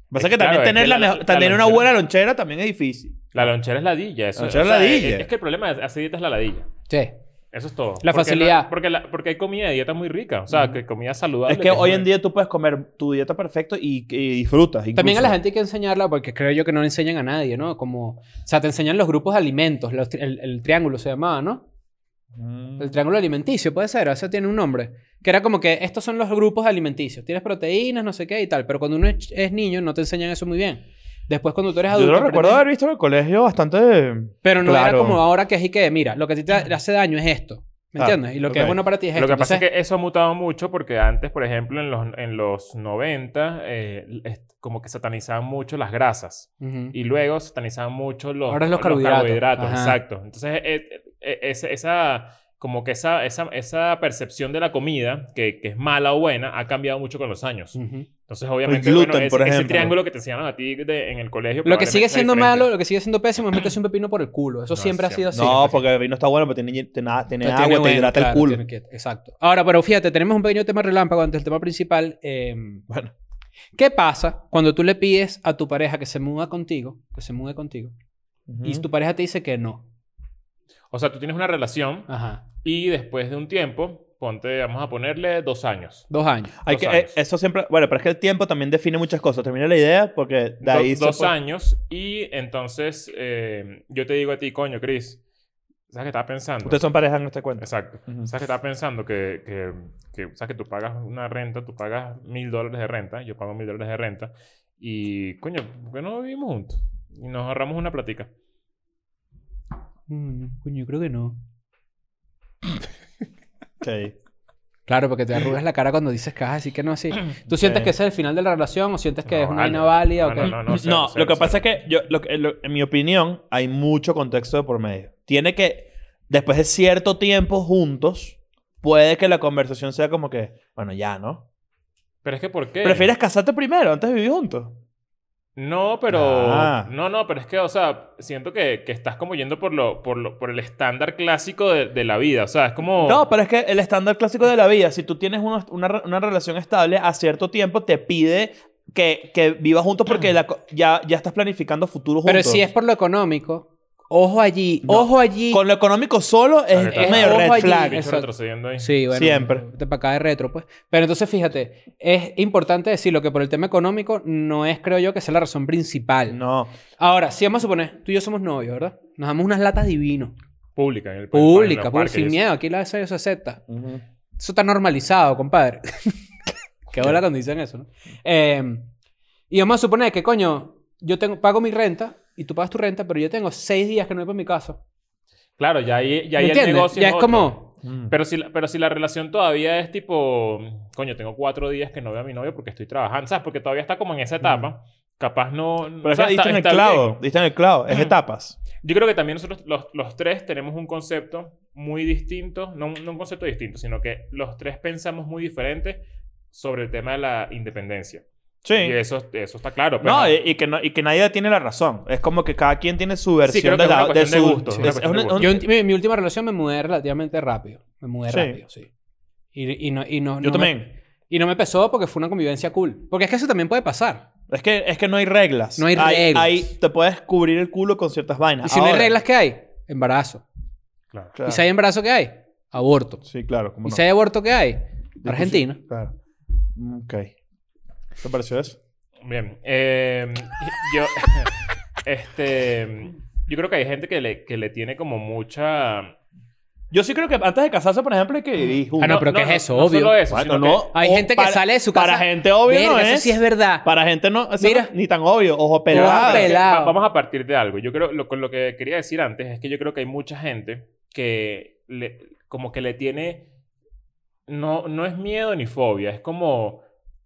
B: Lo que Pasa es que
A: Claro,
B: también
A: es que
B: tener,
A: la-
B: la mejo-
A: la
B: tener una
A: lonchera-
B: buena lonchera también es difícil.
A: La lonchera es ladilla. Eso,
B: La lonchera es ladilla.
A: Es, es que el problema de hacer dieta es la ladilla.
C: Sí.
A: Eso es todo.
C: La
A: Porque
C: facilidad. Mm.
A: porque, la- porque hay comida de dieta muy rica. O sea, que comida saludable.
B: Es que hoy en
A: muy-
B: día tú puedes comer tu dieta perfecto y, y disfrutas.
C: También
B: incluso.
C: a la gente hay que enseñarla porque creo yo que no le enseñan a nadie, ¿no? Como... O sea, te enseñan los grupos de alimentos, los tri- el, el triángulo se llamaba, ¿no?
B: Mm.
C: El triángulo alimenticio, puede ser, eso tiene un nombre. Que era como que estos son los grupos alimenticios. Tienes proteínas, no sé qué y tal, pero cuando uno es, es niño no te enseñan eso muy bien. Después cuando tú eres
B: Yo
C: adulto...
B: lo recuerdo
C: aprendes-
B: haber visto en el colegio bastante.
C: Pero no era
B: Claro.
C: como ahora que es y que, mira, lo que a ti te hace daño es esto. ¿Me
B: Claro,
C: entiendes? Y lo que
B: Ah, ok.
C: es bueno para ti es esto.
A: Lo que pasa es
C: Entonces,
A: que eso ha mutado mucho porque antes, por ejemplo, en los, en los 90, eh, es- como que satanizaban mucho las grasas.
C: Ujú.
A: Y luego satanizaban mucho los,
C: Ahora es los carbohidratos. Ajá.
A: exacto. Entonces, eh, eh, ese- esa, como que esa, esa, esa percepción de la comida, que, que es mala o buena, ha cambiado mucho con los años.
C: Ujú.
A: Entonces, obviamente,
C: Pues
B: gluten,
A: bueno, ese,
B: por
A: ese
B: ejemplo.
A: triángulo que te enseñaron a ti de- en el colegio.
C: Lo que sigue
A: probablemente sea
C: siendo
A: diferente.
C: malo, lo que sigue siendo pésimo es meterse un pepino por el culo. Eso
A: No,
C: siempre ha sido así.
B: no, porque el vino está bueno, pero tiene, tiene, tiene
C: No
B: agua,
C: tiene
B: te
C: bueno,
B: hidrata
C: claro,
B: el culo.
C: tiene que- exacto. Ahora, pero fíjate, tenemos un pequeño tema relámpago antes del tema principal. eh,
B: Bueno.
C: ¿Qué pasa cuando tú le pides a tu pareja que se muda contigo, que se mude contigo, y tu pareja te dice que no?
A: O sea, tú tienes una relación
C: Ajá.
A: y después de un tiempo, ponte, vamos a ponerle dos años.
C: Dos años.
B: Hay
A: Dos
B: que,
A: años.
B: eh, eso siempre. Bueno, pero es que el tiempo también define muchas cosas. Termina la idea porque de
A: Do-
B: ahí se
A: dos
B: puede-
A: años y entonces eh, yo te digo a ti, coño, Chris, ¿sabes qué estaba pensando?
B: Ustedes son pareja en este cuento.
A: Exacto.
B: Ujú.
A: ¿Sabes qué estaba pensando? Que, que, que, ¿sabes que tú pagas una renta, tú pagas mil dólares de renta, yo pago mil dólares de renta y, coño, ¿por qué no vivimos juntos? Y nos ahorramos una platica.
C: Mm, coño, yo creo que no.
B: Ok.
C: Claro, porque te arrugas la cara cuando dices caja, así que no así. ¿Tú sientes
B: Ok.
C: que ese es el final de la relación o sientes que
A: No,
C: es una
A: vale.
C: vaina válida o
A: No,
C: qué?
A: no, no, no,
B: no,
A: cero,
B: lo
A: cero,
B: que pasa
A: cero.
B: es que, yo, lo que- lo- en mi opinión, hay mucho contexto de por medio. Tiene que, después de cierto tiempo juntos, puede que la conversación sea como que, bueno, ya, ¿no?
A: Pero es que, ¿por qué?
B: ¿Prefieres casarte primero antes de vivir juntos?
A: No, pero.
B: Ah.
A: No, no, pero es que, o sea, siento que, que estás como yendo por, lo, por, lo, por el estándar clásico de, de la vida. O sea, es como.
B: No, pero es que el estándar clásico de la vida, si tú tienes una, una re- una relación estable, a cierto tiempo te pide que, que vivas juntos porque la co- ya, ya estás planificando futuro juntos.
C: Pero si es por lo económico, ojo allí,
B: No.
C: ojo allí.
B: Con lo económico solo es,
A: Claro,
B: es
A: claro.
B: medio
C: Ojo
B: red
C: allí,
B: flag.
A: Bicho
C: Exacto.
A: retrocediendo ahí.
C: Sí, bueno.
B: Siempre.
C: Te para acá de retro, pues. Pero entonces, fíjate, es importante decirlo que por el tema económico no es, creo yo, que sea la razón principal.
B: No.
C: Ahora, si vamos a suponer, tú y yo somos novios, ¿verdad? Nos damos unas latas divinos.
A: Pública. En el, en
C: Pública,
A: Pues, los
C: pública,
A: parques,
C: sin
A: eso.
C: miedo. Aquí la eso se acepta. Eso está normalizado, compadre. Qué bola cuando dicen eso, ¿no? Eh, y vamos a suponer que, coño, yo tengo, pago mi renta y tú pagas tu renta, pero yo tengo seis días que no voy para mi casa.
A: Claro, ya ahí, ya
C: ¿Me
A: ahí el
C: entiendes?
A: negocio
C: ya es
A: es otro.
C: como,
B: Mm.
A: Pero si, la, pero si la relación todavía es tipo, coño, tengo cuatro días que no veo a mi novio porque estoy trabajando, ¿sabes? Porque todavía está como en esa etapa. Capaz no...
B: Pero
A: o
B: es que
A: sea,
B: diste
A: está-
B: en el
A: está bien.
B: clavo. Diste en el clavo. Es etapas.
A: Yo creo que también nosotros los, los tres tenemos un concepto muy distinto, no, un- no un concepto distinto, sino que los tres pensamos muy diferente sobre el tema de la independencia.
B: Sí.
A: Y eso, eso está claro. pues,
B: No, eh, y, y que no, y que nadie tiene la razón. Es como que cada quien tiene su versión
A: creo que
B: de,
A: es una
B: la- de
A: cuestión
B: su
A: de gusto, es una
B: Es- es
A: cuestión de
B: un-
A: gusto.
B: un-
C: yo en- mi, mi última relación me mudé relativamente rápido. Me mudé
B: Sí.
C: rápido, sí. Y, y no, y no,
B: yo
C: no me-
B: también.
C: y no me pesó porque fue una convivencia cool. Porque es que eso también puede pasar.
B: Es que, es que no hay reglas.
C: No hay reglas.
B: Ahí te puedes cubrir el culo con ciertas vainas.
C: Y si no hay
B: Ahora-
C: reglas, ¿qué hay? Embarazo.
A: claro.
B: Claro.
C: ¿Y si hay embarazo, qué hay? Aborto.
B: Sí, claro. cómo
C: ¿Y
B: no.
C: si hay aborto, qué hay? Argentina.
B: Claro. Mm, Ok. ¿Te pareció eso?
A: Bien. eh, yo, este, yo creo que hay gente que le, que le tiene como mucha...
B: Yo sí creo que antes de casarse, por ejemplo, hay que vivir juntos.
C: Ah, no, pero ¿qué es eso?
A: no
C: Obvio.
A: solo eso,
B: Bueno,
A: sino
B: no.
A: que-
C: Hay
B: o
C: gente que
B: para-
C: sale de su casa.
B: Para gente obvio
C: Verga,
B: no
C: eso
B: es.
C: sí es verdad.
B: Para gente no. eso
C: Mira.
B: no- ni tan obvio. Ojo
C: Pero
A: Ah,
B: pelado.
A: es que
C: pelado.
A: va- Vamos a partir de algo. Yo creo, lo, con lo que quería decir antes es que yo creo que hay mucha gente que le- como que le tiene, no, no es miedo ni fobia, es como,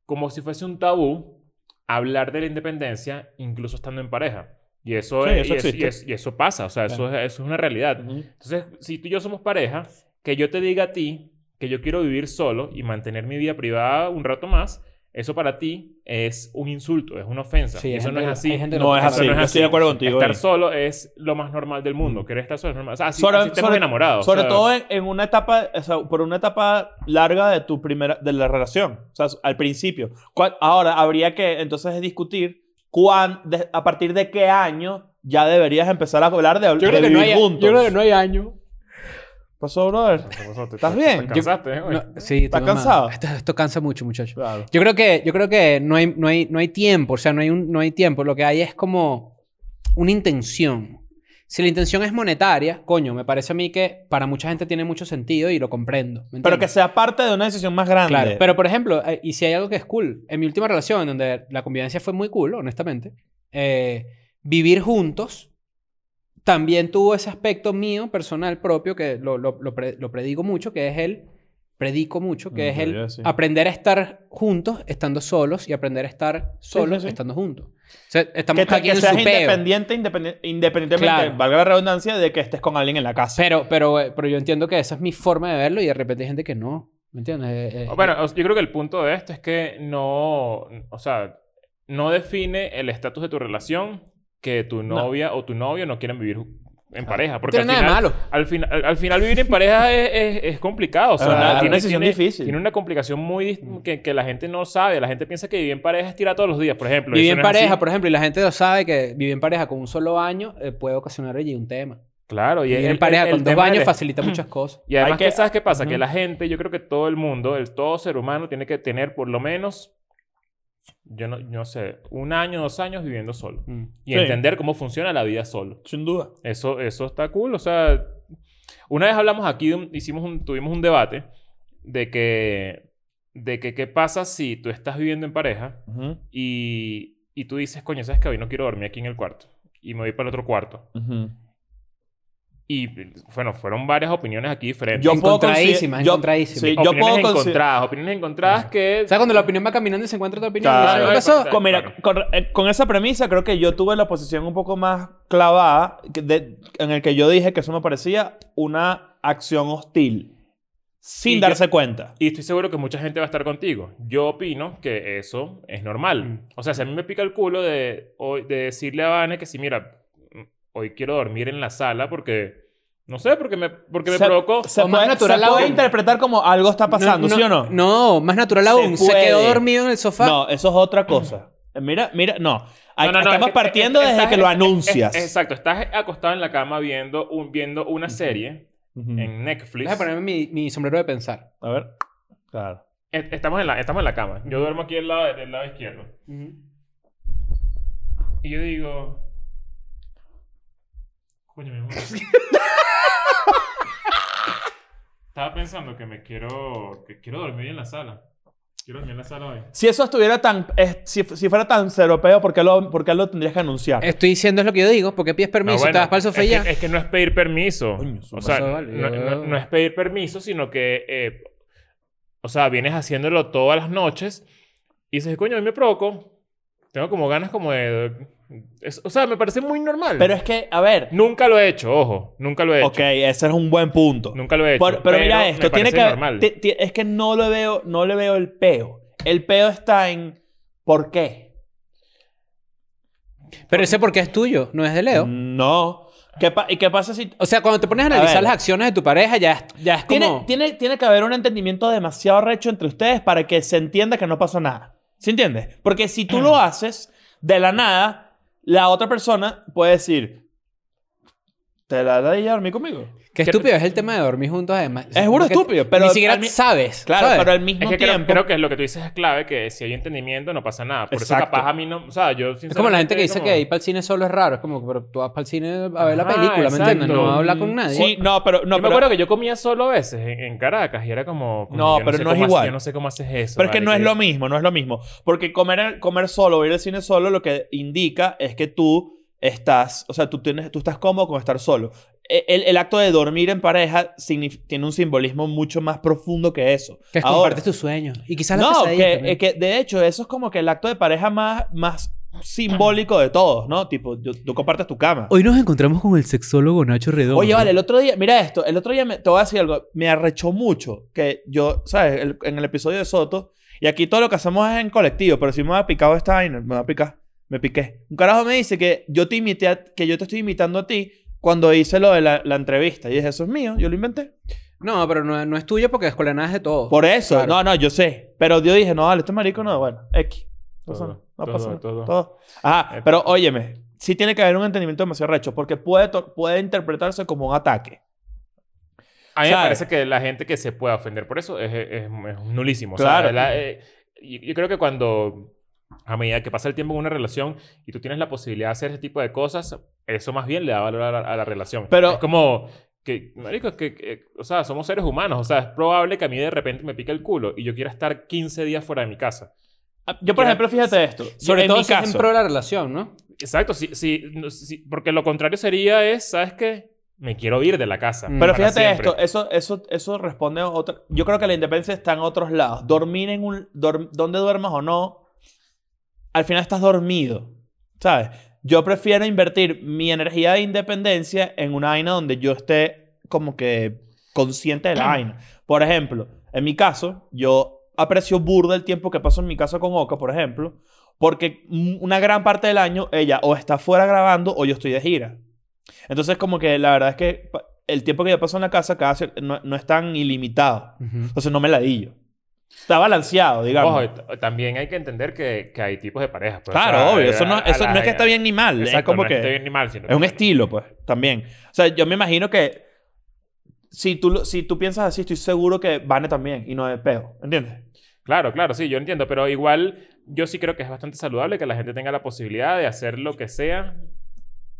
A: como si fuese un tabú hablar de la independencia incluso estando en pareja. Y eso,
B: Sí,
A: es-
B: eso
A: y es- y
B: existe.
A: es- y eso pasa, o sea, eso, es, eso es una realidad.
B: Ujú.
A: Entonces, si tú y yo somos pareja, que yo te diga a ti que yo quiero vivir solo y mantener mi vida privada un rato más, eso para ti es un insulto, es una ofensa.
C: Sí, hay
A: eso no
C: gente
A: es
C: que-
A: así.
C: hay gente que
B: No es
A: Eso
B: así.
A: no es
B: Yo estoy
A: así.
B: de acuerdo contigo.
A: Estar
B: ahí.
A: solo es lo más normal del
C: Mm.
A: mundo. Querer estar solo es normal. O sea, así,
B: Sobre-
A: así estemos
B: sobre-
A: enamorados.
B: Sobre
A: o sea,
B: todo en, en una etapa, o sea, por una etapa larga de tu primera, de la relación, o sea, al principio. Cua- Ahora, habría que entonces discutir cuán, de- a partir de qué año ya deberías empezar a hablar de,
C: Yo
B: de
C: creo, que no
B: vivir
C: hay,
B: juntos.
C: yo creo que no hay año.
B: Pasó, brother.
A: te-
B: ¿Estás
A: te-
B: bien?
A: te cansaste, ¿eh?
C: No, sí,
B: ¿Estás
C: tengo más.
B: cansado?
C: Esto, esto cansa mucho, muchachos.
B: Claro.
C: Yo creo que, yo creo que no, hay, no, hay, no hay tiempo, o sea, no hay, un, no hay tiempo. Lo que hay es como una intención. Si la intención es monetaria, coño, me parece a mí que para mucha gente tiene mucho sentido y lo comprendo. ¿me
B: Pero
C: entiendes?
B: que sea parte de una decisión más grande.
C: Claro, pero por ejemplo, eh, y si hay algo que es cool, en mi última relación, en donde la convivencia fue muy cool, honestamente, eh, vivir juntos también tuvo ese aspecto mío, personal, propio, que lo, lo- lo pre- lo predigo mucho, que es el, predico mucho, que
B: Mm,
C: es
B: te
C: el
B: diría, sí.
C: aprender a estar juntos estando solos y aprender a estar solos
B: sí.
C: estando juntos. O sea, estamos
B: que, te-
C: aquí
B: que
C: en
B: seas
C: su peo.
B: independiente, independe- independientemente,
C: Claro.
B: valga la redundancia, de que estés con alguien en la casa.
C: Pero, pero, eh, pero yo entiendo que esa es mi forma de verlo y de repente hay gente que no, ¿me entiendes? Eh, eh,
A: Bueno, o- yo creo que el punto de esto es que no, o sea, no define el estatus de tu relación que tu novia o tu novio no quieren vivir en pareja. Porque
C: tiene
A: al
C: Ah, nada de
A: final,
C: malo.
A: Al, final, al, al final vivir en pareja es, es- es complicado. O sea,
B: Es una-
A: la
B: es una
A: gente
B: decisión
A: tiene-
B: difícil.
A: Tiene una complicación muy
C: Mm.
A: dist- que, que la gente no sabe. La gente piensa que vivir en pareja es tirar todos los días, por ejemplo.
C: Vivir
A: Eso
C: en
A: no es así.
C: pareja, por ejemplo, y la gente lo sabe que vivir en pareja con un solo baño eh, puede ocasionar allí un tema.
A: Claro. Y
C: Vivir
A: el-
C: en pareja
A: el- el
C: con dos
A: tema del
C: baños
A: est-
C: facilita muchas cosas.
A: Y además,
B: Hay que-
A: que, ¿sabes qué pasa? Que
B: Ujú.
A: la gente, yo creo que todo el mundo, el todo ser humano, tiene que tener por lo menos, yo no, yo no sé, un año, dos años viviendo solo.
C: Mm.
A: Y
B: Sí.
A: entender cómo funciona la vida solo.
B: Sin duda.
A: Eso, eso está cool. O sea, una vez hablamos aquí, de un- hicimos un- tuvimos un debate de que, de que qué pasa si tú estás viviendo en pareja
B: Ujú,
A: y, y tú dices, coño, ¿sabes que hoy no quiero dormir aquí en el cuarto? Y me voy para el otro cuarto.
B: ujú.
A: Y bueno, fueron varias opiniones aquí diferentes.
B: Yo puedo
C: Encontradísimas,
B: consi- yo-
C: encontradísimas.
B: sí, yo
A: opiniones
B: puedo consi-
A: encontradas, opiniones encontradas que...
C: ¿Sabes cuando la opinión va caminando y se encuentra otra opinión?
B: Claro.
C: ¿Sabes lo que pasó?
A: Claro.
B: Con, mira, con, eh, con esa premisa creo que yo tuve la posición un poco más clavada que de- en el que yo dije que eso me parecía una acción hostil sin
A: Y
B: darse cuenta.
A: Y estoy seguro que mucha gente va a estar contigo. Yo opino que eso es normal.
C: Mm.
A: O sea, si a mí me pica el culo de, hoy- de decirle a Vane que si, mira, mm, hoy quiero dormir en la sala porque, no sé, porque me, porque me
B: Se-
A: provocó.
B: Se,
C: O más
B: puede,
C: natural
B: se puede
C: aún.
B: interpretar como algo está pasando, ¿sí o no?
C: No, más natural
B: Se
C: aún. Se,
B: puede.
C: quedó dormido en el sofá.
B: No, eso es otra cosa. Eh, Mira, mira, no. Hay-
A: No, no, no,
B: estamos
A: es que-
B: partiendo
A: es-
B: desde
A: estás-
B: que lo
A: es- es-
B: anuncias.
A: es- exacto, estás acostado en la cama viendo, un, viendo una serie
B: Ujú.
A: en Netflix.
C: Déjame ponerme mi, mi sombrero de pensar.
B: A ver. Claro.
A: E- Estamos en, la, estamos en la cama. Yo duermo aquí del lado, del lado izquierdo. Y yo digo. Coño, mi amor. Estaba pensando que me quiero. que quiero dormir en la sala. Quiero dañar la sala hoy.
B: Si eso estuviera tan. es- si, si fuera tan europeo, ¿por qué, lo, por qué lo tendrías que anunciar?
C: Estoy diciendo es lo que yo digo, porque pides permiso,
A: No, bueno,
C: te vas para el sofá y
A: es
C: ya.
A: que, es que no es pedir permiso.
B: Coño, su
A: o sea,
C: pasada, vale.
A: no, no- no es pedir permiso, sino que, eh, o sea, vienes haciéndolo todas las noches y dices, coño, a mí me provoco. Tengo como ganas como de... es- o sea, me parece muy normal.
B: Pero es que, a ver.
A: Nunca lo he hecho, ojo. Nunca lo he hecho.
B: Ok, ese es un buen punto.
A: Nunca lo he hecho.
B: Por- pero, mira
A: me
B: esto, tiene
A: parece
B: que
A: normal.
B: ti- ti- es que no le veo, no le veo el peo. El peo está en ¿por qué?
C: Pero ese porque es tuyo, no es de Leo.
B: No. ¿Qué pa- ¿Y qué pasa si
C: O sea, cuando te pones a
B: Mm. A
C: analizar
B: ver.
C: las acciones de tu pareja, ya es, ya es
B: tiene,
C: como...
B: tiene, tiene que haber un entendimiento demasiado recho entre ustedes para que se entienda que no pasó nada? ¿Se entiende? Porque si tú lo haces de la nada, la otra persona puede decir te la da y dormir conmigo.
C: Qué estúpido es el tema de dormir juntos, además.
B: Es burda
C: Porque
B: estúpido, pero
C: Ni siquiera
B: al mi-
C: sabes.
B: Claro,
C: ¿sabes?
B: pero al mismo
A: Es que creo,
B: tiempo.
A: creo que lo que tú dices es clave, que si hay entendimiento no pasa nada. Por eso
B: Exacto.
A: capaz a mí no... O sea, yo
C: Es como la gente
A: sinceramente,
C: que dice
A: como-
C: que ir para el cine solo es raro. Es como que pero tú vas para el cine a ver la
A: Ajá,
C: película, ¿me entiendes? No
A: exacto.
C: vas a hablar con nadie.
B: Sí, no, pero no,
A: yo me
B: pero-
A: acuerdo que yo comía solo a veces en, en Caracas y era como... como,
B: No,
A: yo
B: pero
A: sé
B: no es
A: cómo hace-
B: igual.
A: yo no sé cómo haces eso.
B: Pero es que
A: vale,
B: no es lo mismo, no es lo mismo. Porque comer, comer solo o ir al cine solo lo que indica es que tú estás, o sea, tú, tienes, tú estás cómodo con estar solo. E- El, el acto de dormir en pareja signif- tiene un simbolismo mucho más profundo que eso.
C: Que es
B: Ahora-
C: compartes tus sueños. Y quizás las
B: no,
C: pesadillas
B: que,
C: también.
B: eh, que de hecho eso es como que el acto de pareja más, más simbólico de todos, ¿no? Tipo, yo- tú compartes tu cama.
C: Hoy nos encontramos con el sexólogo Nacho Redondo.
B: Oye, vale, el otro día, mira esto, el otro día me, te voy a decir algo, me arrechó mucho que yo, ¿sabes? El- en el episodio de Soto, y aquí todo lo que hacemos es en colectivo, pero si me ha picado esta vaina, me va a picar, me piqué. Un carajo me dice que yo te imité, a- que yo te estoy imitando a ti cuando hice lo de la, la entrevista, y dije, eso es mío, yo lo inventé.
C: No, pero no, no es tuyo porque Escuela de Nada es de todos.
B: Por eso,
C: Claro.
B: no, no, yo sé, pero yo dije, no, vale, este marico no, bueno, X. No pasa
A: Todo,
B: nada, no
A: todo,
B: pasa nada,
A: todo.
B: todo. Ajá,
A: Eh,
B: pero óyeme, sí tiene que haber un entendimiento demasiado recho, porque puede, to- puede interpretarse como un ataque.
A: A mí me
B: ¿Sabes?
A: parece que la gente que se puede ofender por eso es, es, es nulísimo. O sea,
B: Claro.
A: la- eh, yo, yo creo que cuando, a medida que pasa el tiempo en una relación y tú tienes la posibilidad de hacer ese tipo de cosas, eso más bien le da valor a la, a la relación.
B: Pero-
A: es como que, marico, es que, que- o sea, somos seres humanos. O sea, es probable que a mí de repente me pique el culo y yo quiera estar 15 días fuera de mi casa.
B: Ah, Yo,
A: Quiero-
B: por ejemplo, fíjate esto.
C: Sobre
B: en
C: todo
B: mi
C: si es en
B: caso.
C: pro de la relación, ¿no?
A: Exacto, sí, sí, no, sí, porque lo contrario sería es, ¿sabes qué? Me quiero ir de la casa.
C: Mm.
A: para
B: Pero fíjate
A: siempre.
B: esto, eso, eso, eso responde a otra. Yo creo que la independencia está en otros lados. Dormir en un. dor- donde duermas o no, al final estás dormido. ¿Sabes? Yo prefiero invertir mi energía de independencia en una vaina donde yo esté como que consciente de la vaina. Por ejemplo, en mi caso, yo aprecio burda el tiempo que paso en mi casa con Oka, por ejemplo, porque m- una gran parte del año ella o está fuera grabando o yo estoy de gira. Entonces, como que la verdad es que pa- el tiempo que yo paso en la casa cada cier- no, no es tan ilimitado. Entonces, no me ladillo. Está balanceado, digamos.
A: Ojo, y t- también hay que entender que, que hay tipos de parejas. pues,
B: claro,
A: o sea,
B: obvio.
A: a-
B: Eso no,
A: a
B: eso
A: la-
B: no es que está bien ni mal.
A: Exacto,
B: es como
A: no
B: que.
A: es está bien ni mal. sino
B: Es un
A: que-
B: estilo, pues, también. O sea, yo me imagino que si tú, lo- si tú piensas así, estoy seguro que Vane también y no es peo, ¿entiendes?
A: Claro, claro, sí, yo entiendo. Pero igual, yo sí creo que es bastante saludable que la gente tenga la posibilidad de hacer lo que sea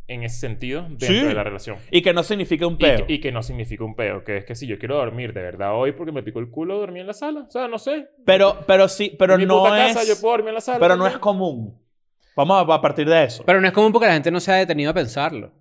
A: en ese sentido dentro
B: Sí.
A: de la relación.
B: Y que no significa un
A: Y que,
B: peo.
A: y que no significa un peo, que es que si yo quiero dormir de verdad hoy porque me picó el culo, dormí en la sala. O sea, no sé.
B: pero, pero sí, pero
A: En mi
B: no
A: puta
B: es.
A: casa, yo puedo dormir en la sala.
B: Pero no
A: también.
B: es común. Vamos a, a partir de eso.
C: Pero no es común porque la gente no se ha detenido a pensarlo.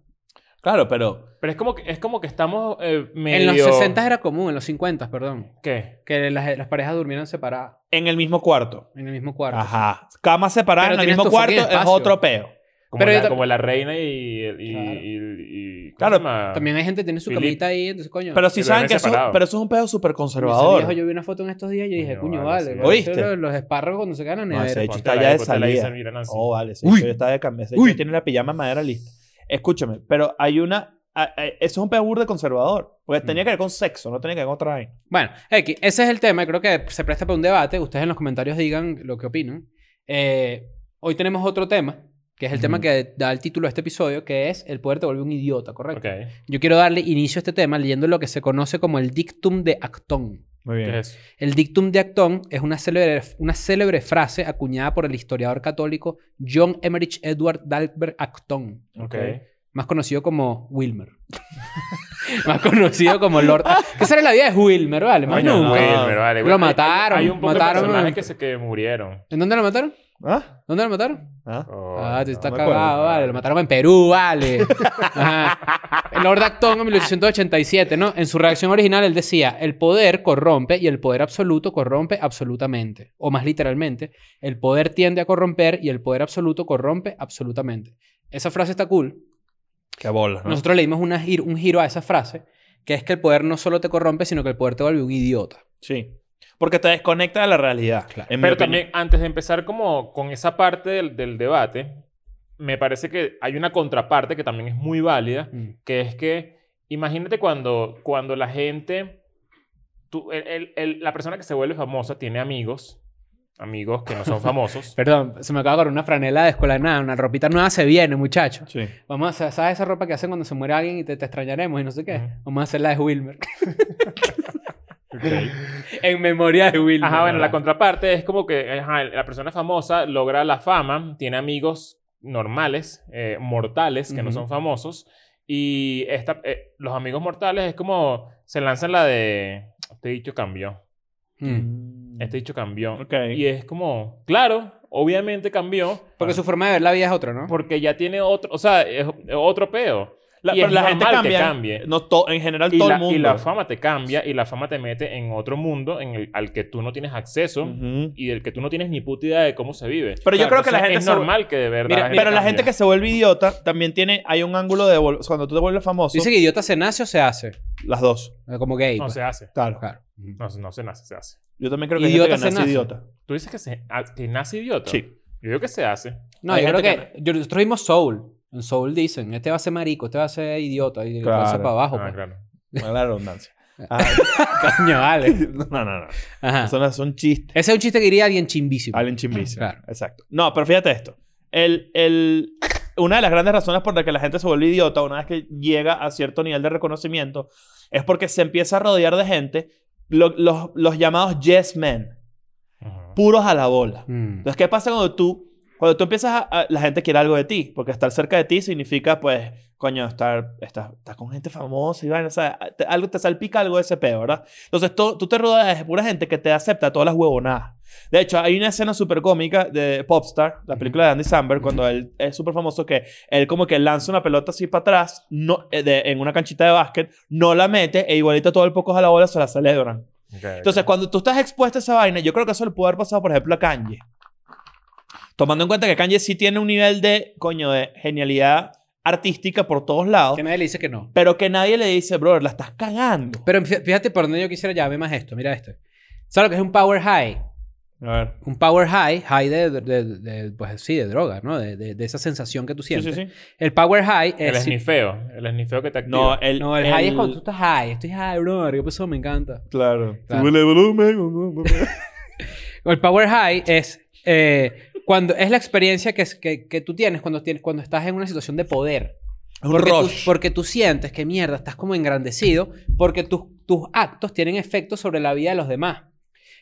B: claro, pero.
A: Pero es como que, es como que estamos eh, medio...
C: En los 60 era común, en los 50, perdón.
A: ¿Qué?
C: Que las, las parejas durmieran separadas
B: En el mismo cuarto.
C: en el mismo cuarto.
B: Ajá. Cama separada
C: Pero
B: en el
C: tienes
B: mismo
C: tu
B: cuarto
C: fucking
B: es
C: espacio.
B: otro peo.
A: Como,
C: Pero yo
A: la,
C: tam-
A: como la reina y... el- y, y-
C: Claro.
A: y- ¿cómo
B: Claro,
A: se llama?
C: También hay gente que tiene su
A: Philip.
C: camita ahí, entonces coño.
B: Pero sí
A: Que
B: saben
A: duermen
B: que eso,
A: separados.
B: pero eso es un peo súper
C: Ese
B: conservador.
C: viejo, yo vi una foto en estos días y yo dije,
A: Coño,
C: cuño,
A: vale,
C: vale.
A: sí.
C: vale,
B: ¿Oíste?
C: Los, los espárragos no se ganan
B: No, ese
A: Ponte
B: hecho está
A: la-
B: ya de
A: ponte la
B: salida.
A: Isa, mira, Nancy.
B: Oh, vale, ese
C: Uy.
B: hecho ya está de camisa.
C: Uy.
B: tiene la pijama de madera lista. Escúchame, pero hay una. a- a- eso es un peo burda conservador. Porque tenía que ver con sexo, no tenía que ver con otra vaina.
C: Bueno, X, ese es el tema. Creo que se presta para un debate. Ustedes en los comentarios digan lo que opinan. Eh, hoy tenemos otro tema, que es el tema
B: Ujú.
C: que da el título a este episodio, que es El poder te vuelve un idiota, ¿correcto?
A: Ok.
C: Yo quiero darle inicio a este tema leyendo lo que se conoce como el dictum de Actón.
B: Muy
A: ¿Qué es eso?
C: El dictum de Actón es una célebre, una célebre frase acuñada por el historiador católico John Emmerich Edward Dalbert Acton,
A: Ok.
C: más conocido como Wilmer. Más conocido como Lord. Que esa era la vida de Wilmer, ¿vale? Más
A: Coño,
C: nunca.
A: Wilmer, vale.
C: Lo
A: Wilmer. Hay-
C: mataron,
A: Hay un poco de
C: mataron a-
A: personajes que se que murieron.
C: ¿En dónde lo mataron?
B: ¿Ah?
C: ¿Dónde lo mataron?
B: ¿Ah?
A: Oh,
C: ah, te
A: no.
C: está
B: me
C: cagado,
B: acuerdo.
C: vale. Lo mataron en Perú, vale. Ajá. El Lord Acton en 1887, ¿no? En su reacción original él decía, el poder corrompe y el poder absoluto corrompe absolutamente. O más literalmente, el poder tiende a corromper y el poder absoluto corrompe absolutamente. Esa frase está cool.
B: Qué bolas, ¿no?
C: Nosotros le dimos una gir- un giro a esa frase, que es que el poder no solo te corrompe, sino que el poder te vuelve un idiota.
B: Sí. Porque te desconecta de la realidad.
C: Claro.
B: en mi
A: Pero
B: opinión.
A: también, antes de empezar como con esa parte del, del debate, me parece que hay una contraparte que también es muy válida,
C: Mm.
A: que es que imagínate cuando, cuando la gente, tú- el- el- el- la persona que se vuelve famosa tiene amigos, amigos que no son famosos.
C: Perdón, se me acaba con una franela de escuela de nada, una ropita nueva se viene, muchachos.
B: Sí.
C: Vamos a hacer, ¿sabes esa ropa que hacen cuando se muere alguien y te, te extrañaremos y no sé qué?
A: Ujú.
C: Vamos a hacer la de Wilmer.
A: Ok.
C: en memoria de Wilmer.
A: Ajá, bueno, la contraparte es como que ajá, la persona famosa logra la fama, tiene amigos normales, eh, mortales, que no
C: Ujú.
A: son famosos, y esta, eh, los amigos mortales es como se lanzan la de, este dicho cambió,
C: Mm.
A: este dicho cambió,
B: Ok.
A: y es como, claro, obviamente cambió,
C: Porque su forma de ver la vida es otra, ¿no?
A: porque ya tiene otro, o sea, es otro peo.
B: La,
A: y
B: pero
A: es
B: la gente
A: normal que
B: cambia.
A: cambie.
B: No, to- en general,
A: Y
B: todo
A: la,
B: el mundo.
A: y la fama te cambia y la fama te mete en otro mundo en el, al que tú no tienes acceso
B: Ujú.
A: y del que tú no tienes ni puta idea de cómo se vive.
B: Pero yo creo que la
A: entonces
B: gente
A: es
B: se-
A: normal que de verdad.
C: Mira,
B: Pero la gente
A: cambie.
B: que se vuelve idiota también tiene. Hay un ángulo de. vol- Cuando tú te vuelves famoso.
C: Dice que idiota se nace o se hace.
B: Las dos.
C: Como gay.
A: no
C: pues.
A: se hace,
B: Claro.
C: Claro.
A: no, no se nace, se hace.
B: Yo también creo que hay
C: Idiota
B: gente
C: se
B: que nace
C: nace.
B: idiota.
A: Tú dices que, se, a- que nace idiota.
B: Sí.
A: Yo digo que se hace.
C: No,
B: Hay
C: yo creo
B: gente
C: que... yo- Nosotros vimos Soul. En Soul dicen, este va a ser marico, este va a ser idiota. Y
B: Claro.
C: pasa para abajo.
A: Ah,
C: pues.
A: claro.
B: Mala la redundancia. Ah,
C: Coño, vale.
B: no, no, no.
C: Ajá.
B: Eso no es un chiste.
C: Ese es un chiste que diría alguien chimbísimo.
B: Alguien chimbicio.
C: Claro.
B: Exacto. No, pero fíjate esto. El, el, una de las grandes razones por la que la gente se vuelve idiota una vez que llega a cierto nivel de reconocimiento es porque se empieza a rodear de gente, lo- los, los llamados yes men,
A: Ajá.
B: puros a la bola.
C: Mm.
B: Entonces, ¿qué pasa cuando tú, cuando tú empiezas a, a- La gente quiere algo de ti, porque estar cerca de ti significa, pues, coño, estar, estar, estar con gente famosa y vaina, o sea, te, algo, te salpica algo de ese peo, ¿verdad? Entonces, to- tú te rodeas de pura gente que te acepta todas las huevonadas. De hecho, hay una escena súper cómica de Popstar, la película de Andy Samberg, cuando él es súper famoso, que él como que lanza una pelota así para atrás, no, eh, de- en una canchita de básquet, no la mete e igualito todo el poco a la bola se la celebran.
A: Ok,
B: Entonces,
A: ok.
B: cuando tú estás expuesto a esa vaina, yo creo que eso le pudo haber pasado, por ejemplo, a Kanye. Tomando en cuenta que Kanye sí tiene un nivel de, coño, de genialidad artística por todos lados,
C: Que nadie le dice que no.
B: pero que nadie le dice, brother, la estás cagando.
C: Pero fí- fíjate por dónde yo quisiera llevarme más esto. Mira esto. ¿Sabes lo que es un power high?
B: A ver.
C: Un power high, high de, de- de- de- pues sí, de droga, ¿no? De, de- de esa sensación que tú
B: Sí,
C: sientes.
B: sí, sí.
C: El power high
A: El
C: es... si-
A: esnifeo. El esnifeo que te activa.
B: eh, No, el,
C: no, el, high es cuando tú estás high. Estoy high, brother. ¿Qué pasó? Me encanta.
B: Claro.
C: Claro.
B: Súbele volumen.
C: El power high es... eh, cuando, es la experiencia que, es- que, que tú tienes cuando, tienes cuando estás en una situación de poder.
B: Es un
C: porque, tú,
B: rush.
C: porque tú sientes que mierda, estás como engrandecido, porque tus, tus actos tienen efecto sobre la vida de los demás.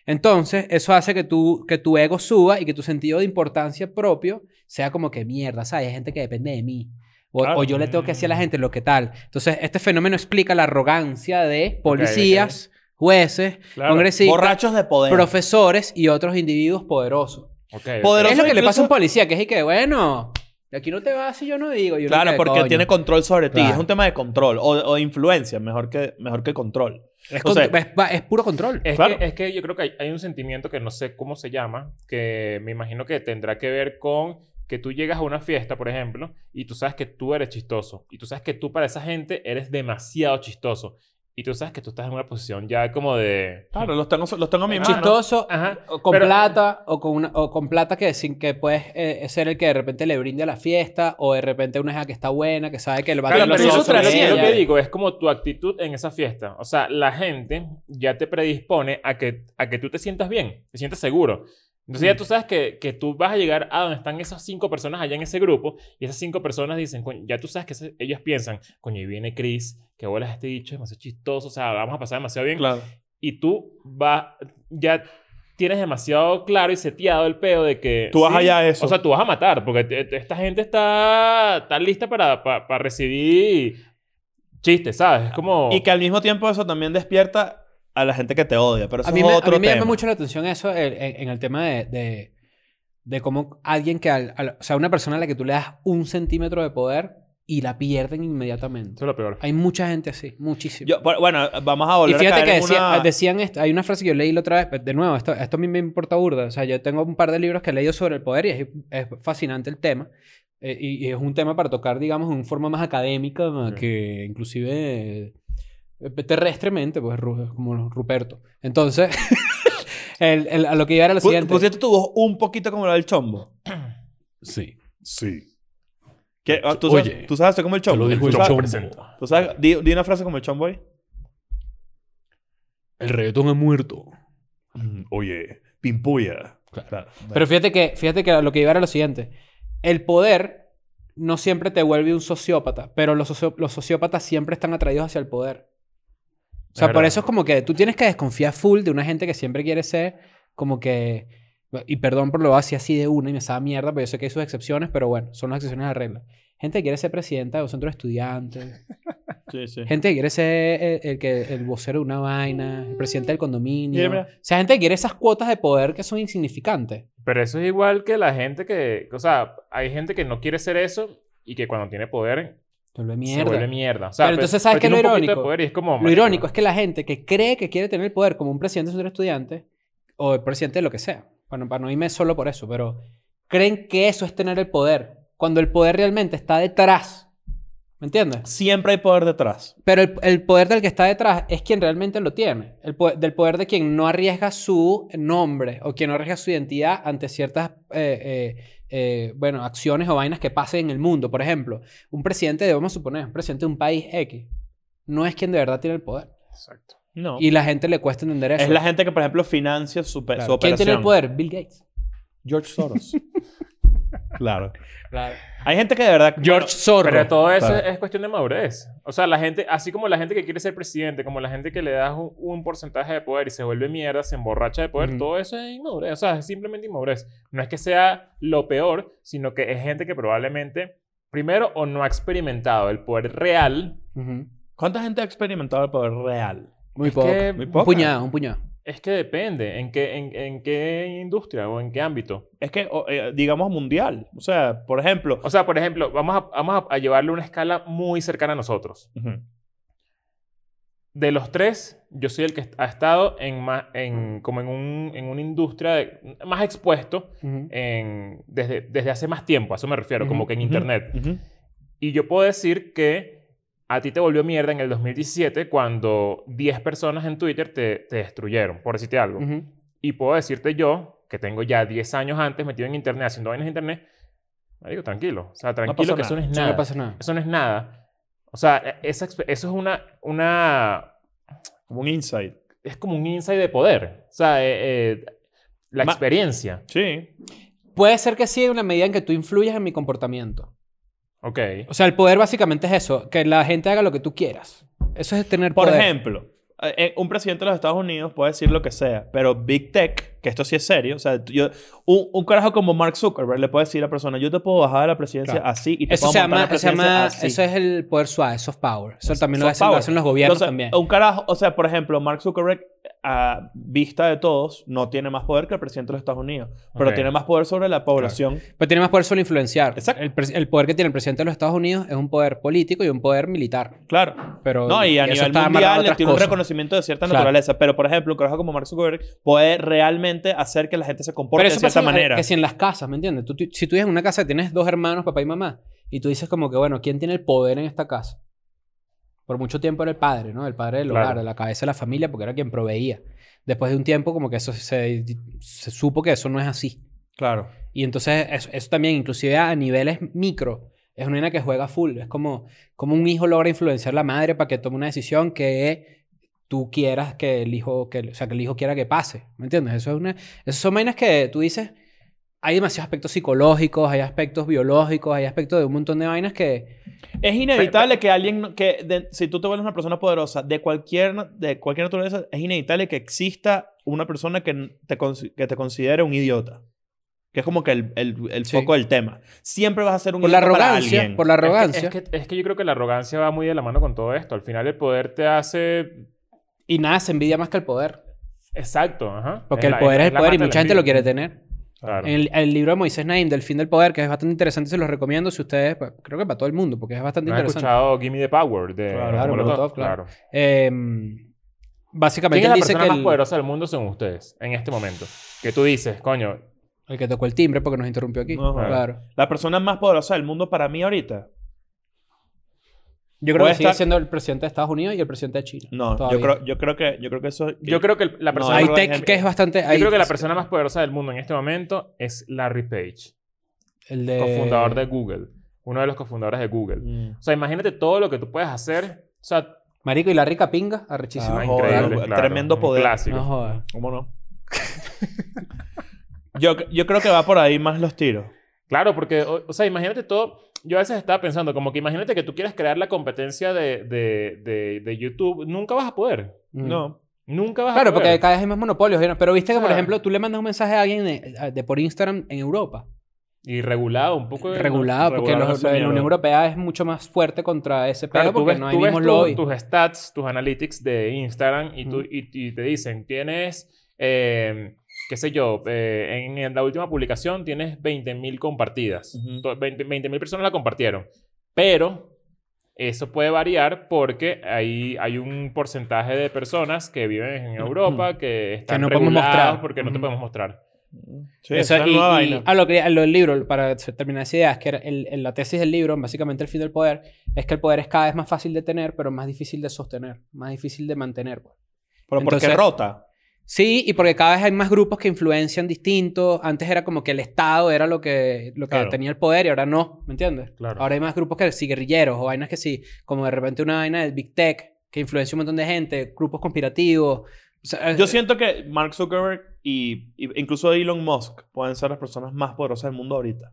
C: Entonces, eso hace que tu, que tu ego suba y que tu sentido de importancia propio sea como que mierda, ¿sabes? Hay gente que depende de mí. O,
B: Claro.
C: o yo le tengo que decir a la gente lo que tal. Entonces, este fenómeno explica la arrogancia de policías, jueces,
A: Claro.
C: congresistas,
B: Borrachos de poder.
C: profesores y otros individuos poderosos.
A: Ok, ok.
B: Poderoso.
C: es lo que le pasa a un
B: incluso-
C: policía, que es y que, bueno, de aquí no te vas si yo no digo. y uno
B: Claro,
C: que,
B: porque
C: coño.
B: tiene control sobre ti.
C: Claro.
B: Es un tema de control o, o de influencia, mejor que, mejor que control.
C: Es,
B: O sea-
C: contro- es- va- es puro control.
A: Es,
B: Claro.
A: que, es que yo creo que hay, hay un sentimiento que no sé cómo se llama, que me imagino que tendrá que ver con que tú llegas a una fiesta, por ejemplo, y tú sabes que tú eres chistoso, y tú sabes que tú para esa gente eres demasiado chistoso, y tú sabes que tú estás en una posición ya como de...
B: Claro, los tengo, los tengo a mi mano.
C: chistoso,
A: Ajá.
C: ah, o con
A: Pero-
C: plata, o con, una- o con plata que, sin, que puedes eh, ser el que de repente le brinde a la fiesta, o de repente una hija que está buena, que sabe que el
A: Claro,
B: Pero
A: pero
B: incluso
A: eso
B: tras-
A: es lo que- lo
B: ella.
A: que digo es como tu actitud en esa fiesta. O sea, la gente ya te predispone a que, a que tú te sientas bien, te sientas seguro. Entonces ya tú sabes que, que tú vas a llegar a donde están esas cinco personas allá en ese grupo y esas cinco personas dicen, coño, ya tú sabes que ese- ellos piensan, coño, y viene Chris, que bolas este dicho, es demasiado chistoso, o sea, vamos a pasar demasiado bien.
B: Claro.
A: Y tú vas, ya tienes demasiado claro y seteado el pedo de que...
B: Tú vas allá a eso.
A: O sea, tú vas a matar, porque te- te- esta gente está, está lista para, para, para recibir chiste, ¿sabes? Es como...
E: Oh.
B: Y que al mismo tiempo eso también despierta a la gente que te odia, pero eso
C: a mí,
B: es
C: me, a
B: otro
C: mí me
B: tema.
C: llama mucho la atención eso el- en, en el tema de, de, de cómo alguien que, al- al- o sea, una persona a la que tú le das un centímetro de poder y la pierden inmediatamente.
A: Eso es lo peor.
C: Hay mucha gente así, muchísimo.
B: Yo- por- bueno, vamos a
C: y
B: volver a
C: fíjate
B: caer
C: que
B: en
C: decía-
B: una...
C: decían esto, hay una frase que yo leí la otra vez, pero de nuevo, esto, esto a mí me importa burda, o sea, yo tengo un par de libros que he leído sobre el poder y es, es fascinante el tema, eh, y, y es un tema para tocar, digamos, en forma más académica
A: Ok.
C: que inclusive eh, terrestremente, pues Ru- como Ruperto. Entonces, el- el- a lo que iba era lo
B: Pu-
C: siguiente.
B: Pusiste tu voz un poquito como la del chombo.
E: Sí. Sí.
B: ¿Qué? Ah, ¿Tú,
E: Oye,
B: sabes, ¿Tú sabes hacer como el
E: Te
B: chombo?
E: lo dijo el
B: ¿Tú sabes-
E: chombo.
A: presenta.
B: ¿Tú sabes? Di, di una frase como el chombo ahí.
E: El reggaetón ha muerto. Mm, Oye, pimpolla. Claro.
C: Pero fíjate que, fíjate que a lo que iba era lo siguiente. El poder no siempre te vuelve un sociópata, pero los, socio- los sociópatas siempre están atraídos hacia el poder. O sea,
A: Es
C: por
A: verdad.
C: eso es como que tú tienes que desconfiar full de una gente que siempre quiere ser como que... Y perdón por lo así así de una y me sabe mierda, pero yo sé que hay sus excepciones, pero bueno, son las excepciones a la regla. Gente que quiere ser presidenta de un centro de estudiantes.
B: Sí, sí.
C: Gente que quiere ser el, el que, el vocero de una vaina, el presidente del condominio.
B: Mira, mira.
C: O sea, gente que quiere esas cuotas de poder que son insignificantes.
A: Pero eso es igual que la gente que... O sea, hay gente que no quiere ser eso y que cuando tiene poder
C: Te vuelve
A: se
C: mierda.
A: vuelve mierda. O sea,
C: Pero entonces, ¿sabes qué es
A: tiene
C: lo
A: un poquito de
C: irónico?
A: poder y es como,
C: Lo
A: marico,
C: irónico es que la gente que cree que quiere tener el poder como un presidente de un estudiante o el presidente de lo que sea, bueno, para no irme solo por eso, pero creen que eso es tener el poder, cuando el poder realmente está detrás. ¿Me entiendes?
B: Siempre hay poder detrás.
C: Pero el, el poder del que está detrás es quien realmente lo tiene. El po- del poder de quien no arriesga su nombre o quien no arriesga su identidad ante ciertas eh, eh, eh, bueno, acciones o vainas que pasen en el mundo. Por ejemplo, un presidente, de- vamos a suponer, un presidente de un país X, no es quien de verdad tiene el poder.
A: Exacto.
B: No.
C: Y la gente le cuesta entender eso.
B: es la gente que, por ejemplo, financia su, pe-
C: Claro.
B: su operación.
C: ¿Quién tiene el poder? Bill Gates.
B: George Soros. claro.
C: Claro.
B: Hay gente que de verdad...
C: George Soros.
A: Pero todo eso
B: Claro.
A: es cuestión de madurez. O sea, la gente, así como la gente que quiere ser presidente, como la gente que le das un, un porcentaje de poder y se vuelve mierda, se emborracha de poder,
C: Ujú.
A: todo eso es inmadurez. O sea, es simplemente inmadurez. No es que sea lo peor, sino que es gente que probablemente, primero, o no ha experimentado el poder real.
C: Ujú.
B: ¿Cuánta gente ha experimentado el poder real?
C: Muy
A: Es
C: poco.
A: que,
B: Muy poco.
C: Un puñado, un puñado.
A: es que depende en qué, en, en qué industria o en qué ámbito.
B: Es que, o, eh, digamos, mundial. O sea, por ejemplo...
A: O sea, por ejemplo, vamos a, vamos a- a llevarle una escala muy cercana a nosotros.
B: Ujú.
A: de los tres, yo soy el que ha estado en más, en, como en, un, en una industria de- más expuesto
C: Ujú.
B: Eh,
A: en, desde, desde hace más tiempo, a eso me refiero,
C: Ujú,
A: como que en
B: ujú,
A: Internet.
B: ujú.
A: Y yo puedo decir que a ti te volvió mierda en el 2017 cuando 10 personas en Twitter te, te destruyeron, por decirte algo.
C: Ujú.
A: Y puedo decirte yo, que tengo ya 10 años antes metido en Internet, haciendo vainas en Internet, digo, tranquilo, o sea, tranquilo
B: pasó
A: que eso no es
C: No
A: nada.
C: le pasa nada.
A: Eso no es nada. O sea, e- esa exp- eso es una, una
B: Como un insight.
A: es como un insight de poder. O sea, eh, eh, la
B: Ma-
A: experiencia.
B: Sí.
C: Puede ser que sí en la medida en que tú influyas en mi comportamiento.
A: Ok.
C: O sea, el poder básicamente es eso, que la gente haga lo que tú quieras. Eso es tener
B: Por
C: poder.
B: ejemplo, eh, eh, un presidente de los Estados Unidos puede decir lo que sea, pero Big Tech, que esto sí es serio, o sea, tú- yo, un, un carajo como Mark Zuckerberg le puede decir a la persona, yo te puedo bajar de la presidencia
C: Claro.
B: así y te
C: Eso
B: puedo
C: se
B: montar en
C: llama,
B: la
C: se
B: presidencia
C: llama-
B: así.
C: eso es el poder suave, soft power. Eso también lo
B: Soft
C: hacen, lo
B: power.
C: hacen los gobiernos
B: Entonces, oh.
C: también.
B: Un carajo, o sea, por ejemplo, Mark Zuckerberg, a vista de todos, no tiene más poder que el presidente de los Estados Unidos, pero
A: Ok.
B: tiene más poder sobre la población.
C: Pero tiene más poder solo influenciar.
B: Exacto.
C: El, pres- el poder que tiene el presidente de los Estados Unidos es un poder político y un poder militar.
B: Claro.
C: Pero
B: No, y a
C: eso
B: nivel
C: está amarrado a
B: mundial le
C: otras
B: tiene un
C: cosas.
B: reconocimiento de cierta
C: Claro.
B: naturaleza. Pero, por ejemplo, un carajo como Mark Zuckerberg puede realmente hacer que la gente se comporte de cierta
C: pasa en-
B: manera.
C: Que si en las casas, ¿me entiendes? Tú, tú- si tú vives en una casa, tienes dos hermanos, papá y mamá, y tú dices como que, bueno, ¿quién tiene el poder en esta casa? Por mucho tiempo era el padre, ¿no? El padre del
A: Claro.
C: hogar, de la cabeza de la familia, porque era quien proveía. Después de un tiempo, como que eso se, se supo que eso no es así.
B: Claro.
C: Y entonces eso, eso también, inclusive a niveles micro, es una nena que juega full. Es como, como un hijo logra influenciar a la madre para que tome una decisión que tú quieras que el hijo, que, o sea, que el hijo quiera que pase. ¿Me entiendes? Eso es una, esas son vainas que tú dices, hay demasiados aspectos psicológicos, hay aspectos biológicos, hay aspectos de un montón de vainas que...
B: Es inevitable que alguien, no- que de- si tú te vuelves una persona poderosa de cualquier, na- de cualquier naturaleza, es inevitable que exista una persona que n- te, cons- que te considere un idiota. Que es como que el, el- el
C: Sí.
B: foco del tema. Siempre vas a ser un
C: Por la
B: ídolo para
C: arrogancia,
B: alguien.
C: por la
A: Es que-
C: arrogancia.
A: Es que, es, que, yo creo que la arrogancia va muy de la mano con todo esto. Al final el poder te hace...
C: Y nada, se envidia más que el poder.
A: Exacto, ajá.
C: Porque
A: Es
C: el
A: la-
C: poder es,
A: es
C: el
A: la
C: poder y
A: mata de
C: mucha
A: la
C: gente lo
A: envidia.
C: quiere tener.
A: Claro.
C: El, el libro de Moisés Naim, del fin del poder, que es bastante interesante, se los recomiendo si ustedes, pues, creo que para todo el mundo, porque es bastante
A: ¿No has
C: interesante.
A: escuchado Gimme the Power de
B: Claro,
A: Molotov?
C: Molotov, claro. Eh, básicamente
A: ¿Quién es
C: él
A: la
C: dice
A: persona
C: que
A: más
C: el,
A: poderosa del mundo según ustedes en este momento? Que tú dices, coño,
C: el que tocó el timbre porque nos interrumpió aquí.
B: Ajá.
C: Claro.
B: La persona más poderosa del mundo para mí ahorita.
C: Yo creo
B: Puede
C: que sigue
B: estar-
C: siendo el presidente de Estados Unidos y el presidente de China.
B: No, yo
C: Todavía.
B: creo, yo creo que yo creo que eso.
A: yo creo que la
B: No,
A: persona...
C: Hay
B: Ahí
C: tech
B: Henry.
C: que es bastante.
A: yo
C: hay-
A: creo que la persona más poderosa del mundo en este momento es Larry Page,
C: El de.
A: cofundador de Google. Uno de los cofundadores de Google.
B: mm.
A: O sea, imagínate todo lo que tú puedes hacer. O sea,
C: Marico y la rica pinga, arrechísimo.
B: Ah,
A: es
B: joder,
A: increíble.
B: no,
A: claro,
B: tremendo
A: un
B: poder.
A: Clásico.
C: no jodas.
B: ¿Cómo no? yo, yo creo que va por ahí más los tiros.
A: Claro, porque, o, o sea, imagínate todo. Yo a veces estaba pensando, como que imagínate que tú quieras crear la competencia de, de, de, de YouTube. Nunca vas a poder.
C: Mm.
B: No.
A: Nunca vas
C: Claro,
A: a poder.
C: porque cada vez hay más monopolios. ¿no? Pero viste que, por
A: Claro.
C: ejemplo, tú le mandas un mensaje a alguien de, de por Instagram en Europa.
A: Y regulado, un poco.
C: regulado, porque
B: regulado
C: los-
B: no
C: la
B: se
C: Unión
B: mierda.
C: Europea es mucho más fuerte contra ese pedo
A: Claro, tú
C: porque
A: ves,
C: no hay
A: tú ves
C: mismo
A: tu-
C: lobby.
A: tus stats, tus analytics de Instagram y, tú,
C: Ujú.
A: y, y te dicen, tienes, eh, qué sé yo, eh, en, en la última publicación tienes 20.000 compartidas.
B: Ujú.
A: To- 20 20.000 personas la compartieron. Pero eso puede variar porque hay, hay un porcentaje de personas que viven en Europa que están
C: no podemos
A: regulados
C: mostrar.
A: porque no te
C: Ujú.
A: podemos mostrar.
B: Sí, esa
C: Eso,
B: es la
C: y,
B: nueva
C: y-
B: vaina.
C: ah, lo que a lo del libro, para terminar esa idea, es que el- el- la tesis del libro, básicamente el fin del poder, es que el poder es cada vez más fácil de tener, pero más difícil de sostener, más difícil de mantener. pues.
B: Pero porque
C: entonces-
B: rota.
C: Sí, y porque cada vez hay más grupos que influencian distintos. Antes era como que el Estado era lo que, lo que
B: Claro.
C: tenía el poder y ahora no, ¿me entiendes?
A: Claro.
C: Ahora hay más grupos que sí, guerrilleros o vainas que sí, como de repente una vaina del Big Tech que influencia un montón de gente, grupos conspirativos. O sea, eh,
B: Yo siento que Mark Zuckerberg y, y incluso Elon Musk pueden ser las personas más poderosas del mundo ahorita.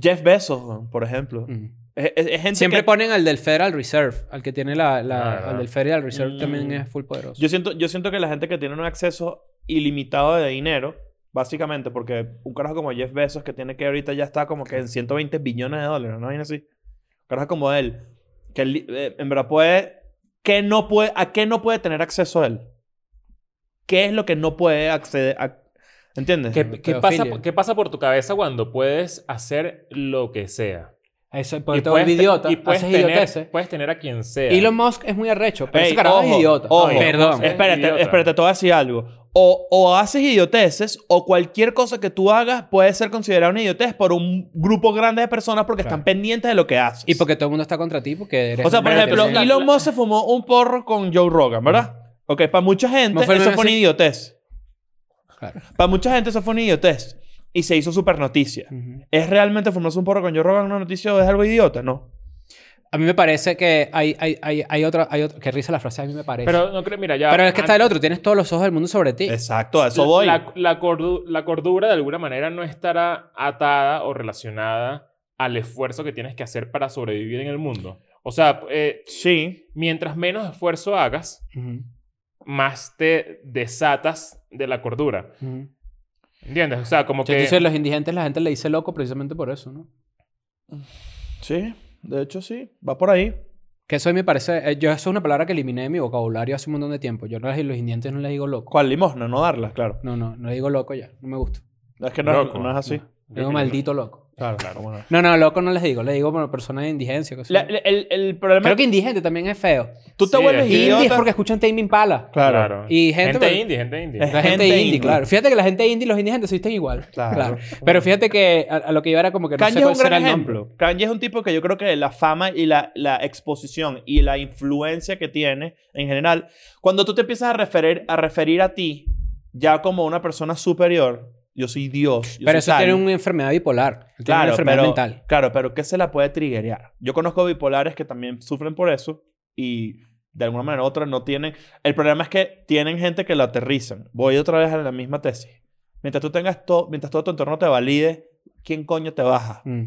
B: Jeff Bezos, por ejemplo.
C: mm.
B: Es, es- es gente
C: Siempre
B: que-
C: ponen al del Federal Reserve, al que tiene la, la-
A: Ah, ¿verdad?
C: al del Federal Reserve
B: Mm.
C: también es full poderoso.
B: Yo siento, yo siento que la gente que tiene un acceso ilimitado de dinero, básicamente, porque un carajo como Jeff Bezos, que tiene que ahorita ya está como que en 120 billones de dólares, ¿no? Vaina así. Un carajo como él, que él, eh, en verdad puede, ¿qué no puede. ¿A qué no puede tener acceso él? ¿Qué es lo que no puede acceder a. ¿Entiendes?
A: ¿Qué,
C: Ujú,
A: qué pasa,
C: pedofilia.
A: ¿Qué pasa por tu cabeza cuando puedes hacer lo que sea?
C: Eso,
A: Y
C: porque te vuelves
A: te-
C: idiota,
A: y puedes
C: haces
A: tener,
C: idioteces.
A: Puedes tener a quien sea.
C: Elon Musk es muy arrecho, pero
B: Ey,
C: ese carajo es
B: ojo,
C: idiota.
B: ojo.
C: Perdón.
A: Es-
B: Espérate,
A: idiota.
B: espérate, te voy a decir algo. O, o haces idioteces, o cualquier cosa que tú hagas puede ser considerada una idiotez por un grupo grande de personas porque
C: Claro.
B: están pendientes de lo que haces.
C: Y porque todo el mundo está contra ti, porque eres
B: O sea, por
C: un
B: ejemplo,
C: idiota.
A: la-
B: Elon Musk se fumó un porro con Joe Rogan, ¿verdad? Ok, para mucha gente
C: ¿No fue el
B: eso
C: meme
B: fue una
C: así?
B: idiotez.
C: Claro.
B: Para mucha gente eso fue una idiotez. Y se hizo super noticia.
C: Ujú.
B: ¿Es realmente fumarse un porro con Joe Rogan una noticia o es algo idiota? No.
C: A mí me parece que hay, hay, hay, hay otra, hay otra, que risa la frase, a mí me parece. Pero,
A: Pero no creo, mira, ya.
C: es que está el otro, tienes todos los ojos del mundo sobre ti.
B: Exacto, a eso voy.
A: La, la cordu- la cordura de alguna manera no estará atada o relacionada al esfuerzo que tienes que hacer para sobrevivir en el mundo. O sea, eh,
B: Sí.
A: mientras menos esfuerzo hagas,
C: Ujú,
A: más te desatas de la cordura.
C: ujú.
A: ¿Entiendes? O sea, como
C: Yo
A: que.
C: dice, los indigentes la gente le dice loco precisamente por eso, ¿no?
B: Sí, de hecho sí. Va por ahí.
C: Que eso a mí me parece... eh, yo eso es una palabra que eliminé de mi vocabulario hace un montón de tiempo. Yo no les, los indigentes no les digo loco.
B: ¿Cuál limosna? No darla, claro.
C: No, no, no les digo loco ya. No me gusta.
B: Es que no, es-
A: Loco.
B: no es así.
C: Le digo maldito loco.
B: Claro, claro. bueno.
C: No, no, loco no les digo. Les digo bueno, personas de indigencia. que son-
B: La- la- el, el problema
C: Creo
B: es
C: que indigente también es feo.
B: que tú te
A: Sí,
B: vuelves
A: es que-
C: Indie es
B: idiota.
C: porque escuchan Tame Impala.
B: Claro.
A: Y
C: Y
A: gente,
C: gente-
A: indie, gente indie.
B: Es-
C: La gente,
B: Gente
C: indie,
B: indie.
C: claro. Fíjate que la gente indie y los indigentes existen igual.
B: Claro.
C: Claro. Pero fíjate que a, a lo que iba era como que no
B: Kanye
C: sé cuál
B: es un
C: será
B: gran
C: el nombre.
B: ejemplo. Kanye es un tipo que yo creo que la fama y la, la exposición y la influencia que tiene en general, cuando tú te empiezas a referir a, referir a ti ya como una persona superior, yo soy Dios. yo soy
C: Pero eso
B: tal,
C: tiene una enfermedad bipolar. Tiene una
B: claro,
C: enfermedad
B: pero,
C: mental.
B: Claro, pero ¿qué se la puede triggerear? Yo conozco bipolares que también sufren por eso y de alguna manera u otra no tienen... El problema es que tienen gente que lo aterrizan. Voy otra vez a la misma tesis. Mientras tú tengas todo, mientras todo tu entorno te valide, ¿quién coño te baja?
C: Mm.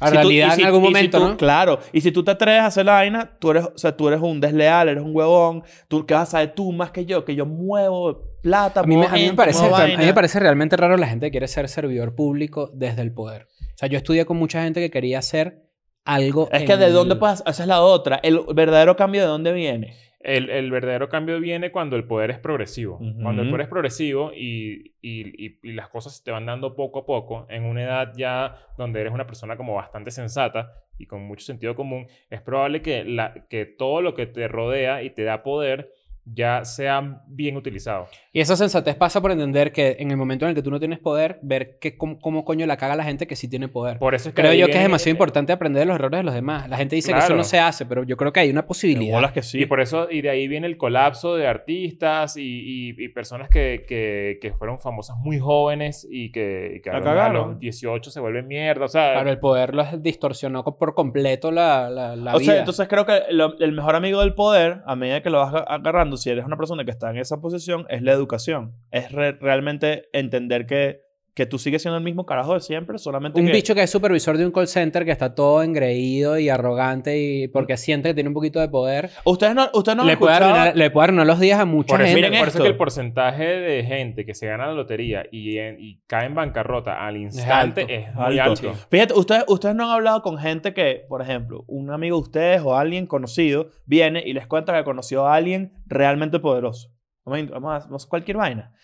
C: A
B: Si tú-
C: realidad
B: y si-
C: en algún
B: y si
C: momento,
B: tú-
C: ¿no?
B: Claro. Y si tú te atreves a hacer la vaina, tú eres, o sea, tú eres un desleal, eres un huevón. Tú que vas a saber tú más que yo, que yo muevo plata,
C: A mí, me,
B: muevo
C: a mí me
B: gente,
C: parece,
B: muevo
C: a mí
B: vaina.
C: me parece realmente raro la gente que quiere ser servidor público desde el poder. O sea, yo estudié con mucha gente que quería hacer algo.
B: Es que
C: en
B: de
C: el-
B: dónde puedes... Esa es la otra. El verdadero cambio de dónde viene.
A: El, el verdadero cambio viene cuando el poder es progresivo.
B: Ujú.
A: Cuando el poder es progresivo y, y- y- y las cosas se te van dando poco a poco, en una edad ya donde eres una persona como bastante sensata y con mucho sentido común, es probable que, la, que todo lo que te rodea y te da poder ya sea bien utilizado.
C: Y esa sensatez pasa por entender que en el momento en el que tú no tienes poder, ver que, cómo, cómo coño la caga la gente que sí tiene poder.
A: Por eso es que
C: creo
A: ahí
C: yo que es
A: viene-
C: demasiado importante aprender de los errores de los demás. La gente dice que eso
A: Claro.
C: no se hace, pero yo creo que hay una posibilidad.
B: Bolas que sí.
A: Y por eso, y de ahí viene el colapso de artistas y, y- y personas que, que- que fueron famosas muy jóvenes y que, y que
B: La
A: a, los, a
B: cagaron.
A: los 18 se vuelven mierda. O sea,
C: Claro, el poder los distorsionó co- por completo la, la, la
B: o
C: vida.
B: sea, entonces creo que lo- el mejor amigo del poder, a medida que lo vas aga- agarrando, si eres una persona que está en esa posición, es la educación. Es re- realmente entender que, que tú sigues siendo el mismo carajo de siempre, solamente
C: un
B: que...
C: bicho que es supervisor de un call center que está todo engreído y arrogante y porque siente que tiene un poquito de poder,
B: Ustedes no, ustedes no han
C: le, puede
B: escuchado-
C: arruinar, le puede arruinar los días a mucha
A: por, eso,
C: gente.
B: miren
A: por eso
B: esto.
A: que el porcentaje de gente que se gana la lotería y, en- y cae en bancarrota al instante
C: alto,
A: es, muy
B: Alto.
A: alto.
B: Fíjate, ustedes, ustedes no han hablado con gente que, por ejemplo, un amigo de ustedes o alguien conocido viene y les cuenta que conoció a alguien realmente poderoso. Vamos a, vamos a- vamos a cualquier vaina.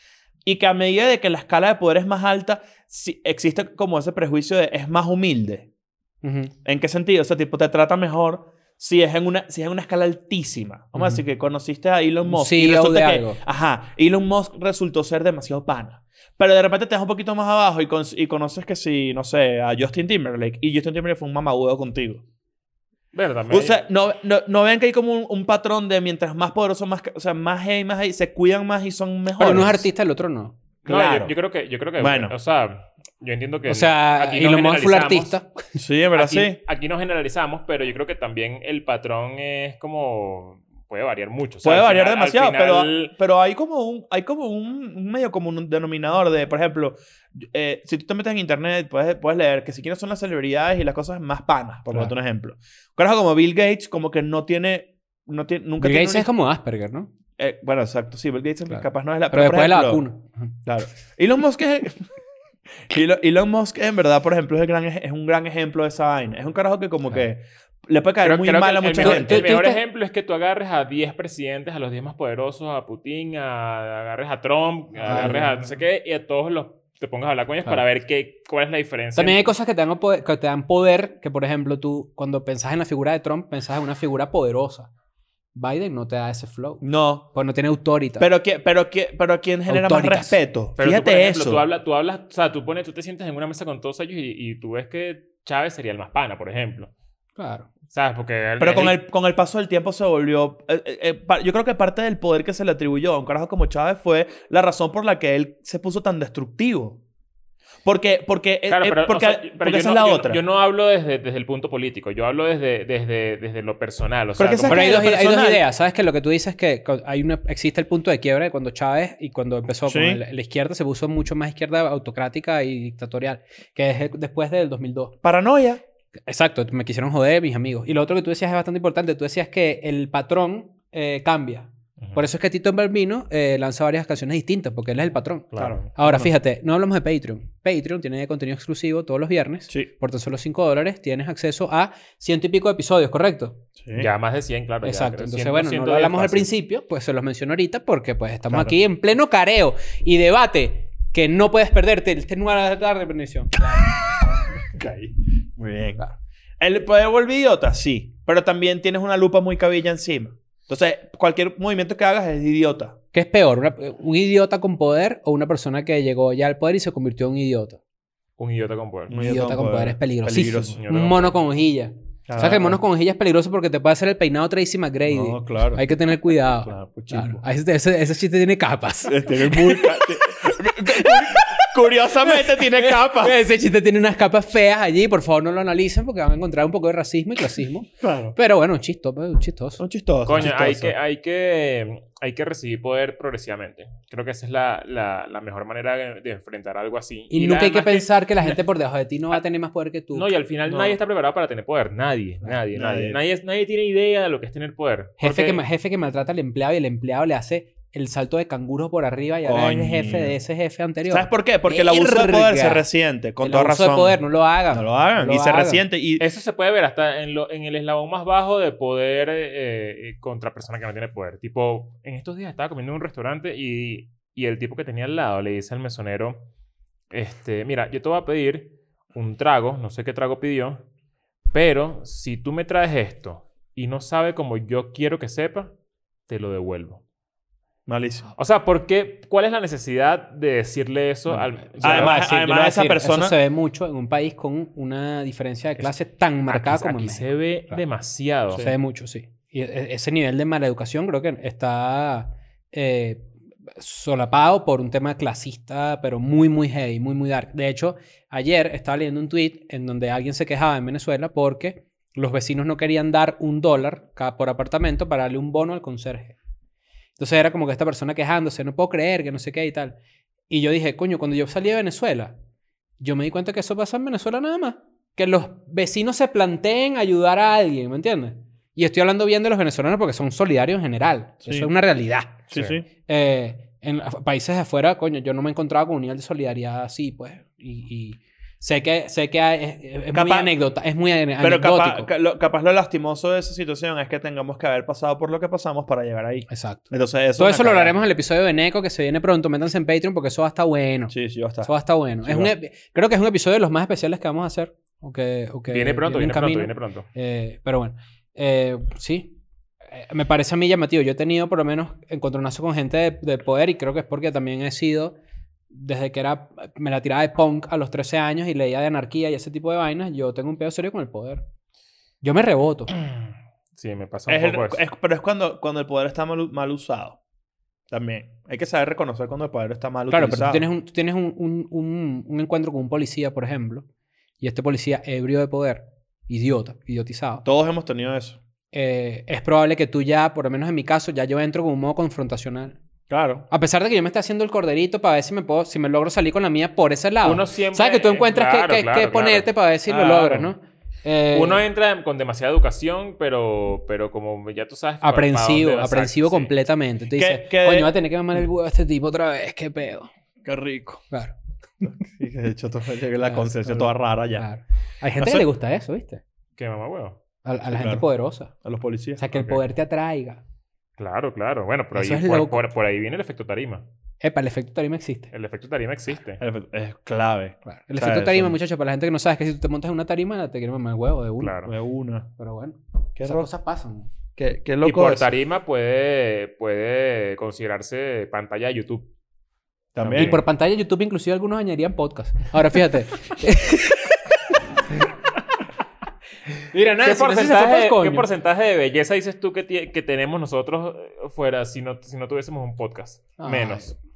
B: Y que a medida de que la escala de poder es más alta, sí existe como ese prejuicio de es más humilde.
C: Ujú.
B: ¿En qué sentido? O sea, tipo, te trata mejor si es en una, si es en una escala altísima. Vamos a
C: Ujú.
B: decir que conociste a Elon
C: Un
B: Musk.
C: CEO de
B: que,
C: algo.
B: Ajá, Elon Musk resultó ser demasiado pana. Pero de repente te das un poquito más abajo y, con- y conoces que si, no sé, a Justin Timberlake. Y Justin Timberlake fue un mamabudo contigo.
A: Pero también
B: O sea, no, no, no ven que hay como un, un patrón de mientras más poderoso, más, ca- o sea, más heavy, más heavy, se cuidan más y son mejores.
C: Pero uno es artista, el otro no.
A: no,
B: claro.
A: yo, yo creo que, yo creo que,
B: Bueno.
A: o sea, yo entiendo que
C: O sea,
A: aquí
C: y
A: no
C: lo más full
A: generalizamos.
C: artista.
B: Sí, en verdad,
A: aquí,
B: sí.
A: aquí no generalizamos, pero yo creo que también el patrón es como. Puede variar mucho. o sea,
B: Puede
A: al
B: variar
A: final- al
B: demasiado,
A: final-
B: pero, pero hay como un, hay como un, un medio como un denominador de, por ejemplo, eh, si tú te metes en internet, puedes, puedes leer que si quiénes son las celebridades y las cosas más panas, por
C: Claro.
B: otro ejemplo. Carajo, como Bill Gates, como que no tiene, no tiene, nunca
C: Bill
B: tiene
C: Gates
B: un-
C: es como Asperger, ¿no?
B: eh, bueno, exacto, sí, Bill Gates
C: Claro.
B: capaz no es la
C: Pero
B: Ah, por
C: después de la
B: ejemplo,
C: vacuna. Ujú.
B: Claro. Elon Musk es. Elon, Elon Musk, en verdad, por ejemplo, es, el gran, ej- es un gran ejemplo de esa vaina. Es un carajo que, como que le puede caer
A: Creo-
B: muy
A: creo que
B: mal a
A: el
B: mucha
A: mejor-
B: gente.
A: El
C: Tú- tú
A: mejor
C: estás-
A: ejemplo es que tú agarres a 10 presidentes, a los 10 más poderosos, a Putin, a, agarres a Trump,
C: Ah,
A: agarres
C: ya.
A: a no sé qué, y a todos los te pongas a hablar con ellos
C: Claro.
A: para ver qué, cuál es la diferencia.
C: También hay cosas que te, dan poder, que te dan poder, que por ejemplo tú, cuando pensás en la figura de Trump, pensás en una figura poderosa. Biden no te da ese flow.
B: No.
C: Pues no tiene autoridad.
B: Pero, que, pero, que, pero ¿quién genera más
C: Autoritas.
B: respeto?
A: Pero
B: Fíjate
A: tú, por ejemplo,
B: eso.
A: Tú hablas, tú hablas, o sea, tú, pones, tú te sientes en una mesa con todos ellos y, y tú ves que Chávez sería el más pana, por ejemplo.
C: claro.
A: ¿Sabes? Porque. él-
B: Pero con
A: él-
B: el, con el paso del tiempo se volvió. eh, eh, eh, pa- yo creo que parte del poder que se le atribuyó a un carajo como Chávez fue la razón por la que él se puso tan destructivo. Porque, porque, eh,
A: Claro,
B: eh,
A: pero, o
B: porque,
A: sea, pero
B: porque
A: yo
B: esa
A: no-
B: es la
A: yo-
B: otra.
A: Yo no hablo desde, desde el punto político, yo hablo desde, desde, desde lo personal. O sea,
B: Porque esa
A: como-
C: Pero hay
B: que
C: dos,
B: lo
C: hay dos
B: personal-
C: ideas. Sabes que lo que tú dices es que co- hay una, existe el punto de quiebre cuando Chávez y cuando empezó
B: Sí.
C: con el- la izquierda se puso mucho más izquierda autocrática y dictatorial, que es el- después del 2002.
B: Paranoia.
C: Exacto, me quisieron joder mis amigos. Y lo otro que tú decías es bastante importante. Tú decías que el patrón eh, cambia.
A: Ujú.
C: Por eso es que Tito Balbino lanza varias canciones distintas, porque él es el patrón.
A: Claro.
C: Ahora, fíjate, no hablamos de Patreon. Patreon tiene contenido exclusivo todos los viernes.
B: Sí.
C: Por tan solo 5 dólares tienes acceso a ciento y pico de episodios, ¿correcto?
A: Ya más de 100, claro. ya,
C: Exacto.
A: creo,
C: Entonces,
A: 100,
C: bueno, no
A: 100
C: lo hablamos al
A: fácil.
C: principio, pues se los menciono ahorita porque pues estamos
B: Claro.
C: aquí en pleno careo y debate que no puedes perderte. Este no de la tarde, perdición.
B: Muy bien. ¿El poder volver idiota? Sí. Pero también tienes una lupa muy cabilla encima. Entonces, cualquier movimiento que hagas es idiota.
C: ¿Qué es peor, una- un idiota con poder o una persona que llegó ya al poder y se convirtió en un idiota?
A: Un idiota con poder.
B: Un
C: Un idiota con poder es peligrosísimo.
B: Peligroso.
A: Idiota
C: Un
A: con
C: mono con hojilla. ¿Sabes que el mono
B: monos
C: con hojilla es peligroso porque te puede hacer el peinado Tracy McGrady?
B: Ah, No, claro.
C: Hay que tener cuidado.
B: Claro,
C: Claro,
B: pues, chimbo.
C: Ahí este- Ese, ese chiste tiene capas.
B: Este es muy... ca- te- Curiosamente tiene capa.
C: Ese chiste tiene unas capas feas allí. Por favor, no lo analicen porque van a encontrar un poco de racismo y clasismo.
B: Claro.
C: Pero bueno, chisto, chistoso.
B: Son chistosos.
A: Coño, hay
B: chistosos.
A: que, hay, que, hay que recibir poder progresivamente. Creo que esa es la, la, la mejor manera de, de enfrentar algo así.
C: Y, nunca hay que
A: además
C: pensar que la gente por debajo de ti no va a tener más poder que tú.
A: No, y al final
B: No.
A: nadie está preparado para tener poder. Nadie, nadie, nadie.
B: Nadie.
A: Nadie, es- nadie tiene idea de lo que es tener poder.
C: jefe,
A: Porque-
C: que, ma- jefe que maltrata al empleado y el empleado le hace el salto de canguro por arriba y ahora es el
B: Coño.
C: jefe de ese jefe anterior.
B: ¿Sabes por qué? Porque el abuso de
C: Verga.
B: poder se resiente, con
C: el
B: toda
C: abuso
B: razón.
C: de poder, no lo hagan.
B: No lo hagan.
C: No
B: y
C: lo
B: se
C: hagan.
B: resiente. Y
A: Eso se puede ver hasta en, lo- en el eslabón más bajo de poder eh, eh, contra persona que no tiene poder. Tipo, en estos días estaba comiendo en un restaurante y, y el tipo que tenía al lado le dice al mesonero, este, mira, yo te voy a pedir un trago, no sé qué trago pidió, pero si tú me traes esto y no sabe como yo quiero que sepa, te lo devuelvo.
B: malísimo.
A: O sea, ¿por qué? ¿Cuál es la necesidad de decirle eso
C: Bueno,
A: al... o sea,
C: Yo lo voy a
B: Además,
C: decir, yo lo
B: además
C: voy a
B: esa
C: decir,
B: persona.
C: Eso se ve mucho en un país con una diferencia de clase tan marcada
A: aquí,
C: como en
A: aquí
C: México.
A: se ve
C: Claro.
A: demasiado.
C: Se ve mucho, sí. Y e- ese nivel de mala educación creo que está eh, solapado por un tema clasista, pero muy, muy heavy, muy, muy dark. De hecho, ayer estaba leyendo un tweet en donde alguien se quejaba en Venezuela porque los vecinos no querían dar un dólar ca- por apartamento para darle un bono al conserje. Entonces era como que esta persona quejándose, no puedo creer, que no sé qué y tal. Y yo dije, coño, cuando yo salí de Venezuela, yo me di cuenta que eso pasa en Venezuela nada más. Que los vecinos se planteen ayudar a alguien, ¿me entiendes? Y estoy hablando bien de los venezolanos porque son solidarios en general.
B: Sí.
C: Eso es una realidad.
B: Sí, sí.
C: Eh, en af- países de afuera, coño, yo no me he encontrado con un nivel de solidaridad así, pues. Y, y sé que, sé que hay- es, es muy
B: Capaz-
C: anécdota, es muy ane-
B: Pero capaz,
C: anecdótico.
B: ca- lo, capaz lo lastimoso de esa situación es que tengamos que haber pasado por lo que pasamos para llegar ahí.
C: Exacto.
B: Entonces, eso.
C: Todo
B: es
C: eso
B: una
C: lo
B: cagada.
C: hablaremos en el episodio de Beneco que se viene pronto. Métanse en Patreon porque eso va a estar bueno.
B: Sí, sí, ya está.
C: Eso va a estar bueno.
B: Sí,
C: es un
B: va.
C: epi- creo que es un episodio de los más especiales que vamos a hacer. O que- o que
A: viene pronto,
C: en
A: viene pronto,
C: camino.
A: viene pronto.
C: Eh, pero bueno, eh, sí. Eh, me parece a mí llamativo. Yo he tenido por lo menos encontronazo con gente de, de poder y creo que es porque también he sido, desde que era, me la tiraba de punk a los 13 años y leía de anarquía y ese tipo de vainas, yo tengo un pedo serio con el poder. Yo me reboto.
A: Sí, me pasa un
B: Es el-
A: poco eso.
B: es- pero es cuando, cuando el poder está mal, u- mal usado. También. Hay que saber reconocer cuando el poder está mal
C: Claro, pero tú
B: utilizado.
C: tienes, un, tú tienes un, un- un- un encuentro con un policía, por ejemplo, y este policía ebrio de poder, idiota, idiotizado.
B: Todos hemos tenido eso.
C: eh, es probable que tú ya, por lo menos en mi caso, ya yo entro con un modo confrontacional.
B: Claro.
C: A pesar de que yo me esté haciendo el corderito para ver si me puedo, si me logro salir con la mía por ese lado.
A: Uno siempre-
C: ¿Sabes que tú encuentras
A: claro,
C: que, que-
A: claro,
C: que ponerte
A: claro.
C: para ver si lo
B: Claro.
C: logras, no? Eh,
A: Uno entra con demasiada educación, pero, pero como ya tú sabes... que para- para
C: aprensivo,
A: dónde va,
C: aprensivo
A: exacto, sí.
C: completamente. Te
B: Que-
C: dice,
B: que-
C: coño, voy a tener que mamar el huevo a este tipo otra vez, qué pedo.
B: Qué rico.
C: Claro,
B: Sí, de hecho, todo- la
C: Claro,
B: conciencia
C: claro.
B: toda
A: Ah,
B: rara ya.
C: claro. Hay gente
B: No
C: que
B: sé-
C: le gusta eso, ¿viste?
A: ¿Qué mamá huevo?
C: A, a la
B: Sí,
C: gente
B: claro.
C: poderosa.
B: A los
C: O
B: policías.
C: sea, que el
A: Ok.
C: poder te atraiga.
A: Claro, claro. Bueno, por ahí,
C: Eso es
A: por,
C: loco.
A: por- por ahí viene el efecto tarima.
C: Epa, el efecto tarima existe.
A: El efecto tarima existe.
B: El- Es clave.
C: Claro. El
B: O sea,
C: efecto tarima,
B: eso-
C: muchachos, para la gente que no sabe, es que si tú te montas en una tarima, te quieren mamar el huevo de uno.
A: Claro.
B: De una.
C: Pero bueno,
B: Qué,
C: esas
B: ro-
C: cosas pasan.
B: qué- qué
A: Y
B: loco
A: por
B: eso.
A: tarima puede, puede considerarse pantalla de YouTube.
B: También.
C: Y por pantalla de YouTube, inclusive algunos añadirían podcast. Ahora fíjate. Mira,
A: ¿Qué,
C: nada, si no se fue
A: porcentaje,
C: pa'l coño.
A: qué porcentaje de belleza dices tú que, tie- que tenemos nosotros eh, fuera si no, si no tuviésemos un podcast?
C: Ay.
A: Menos.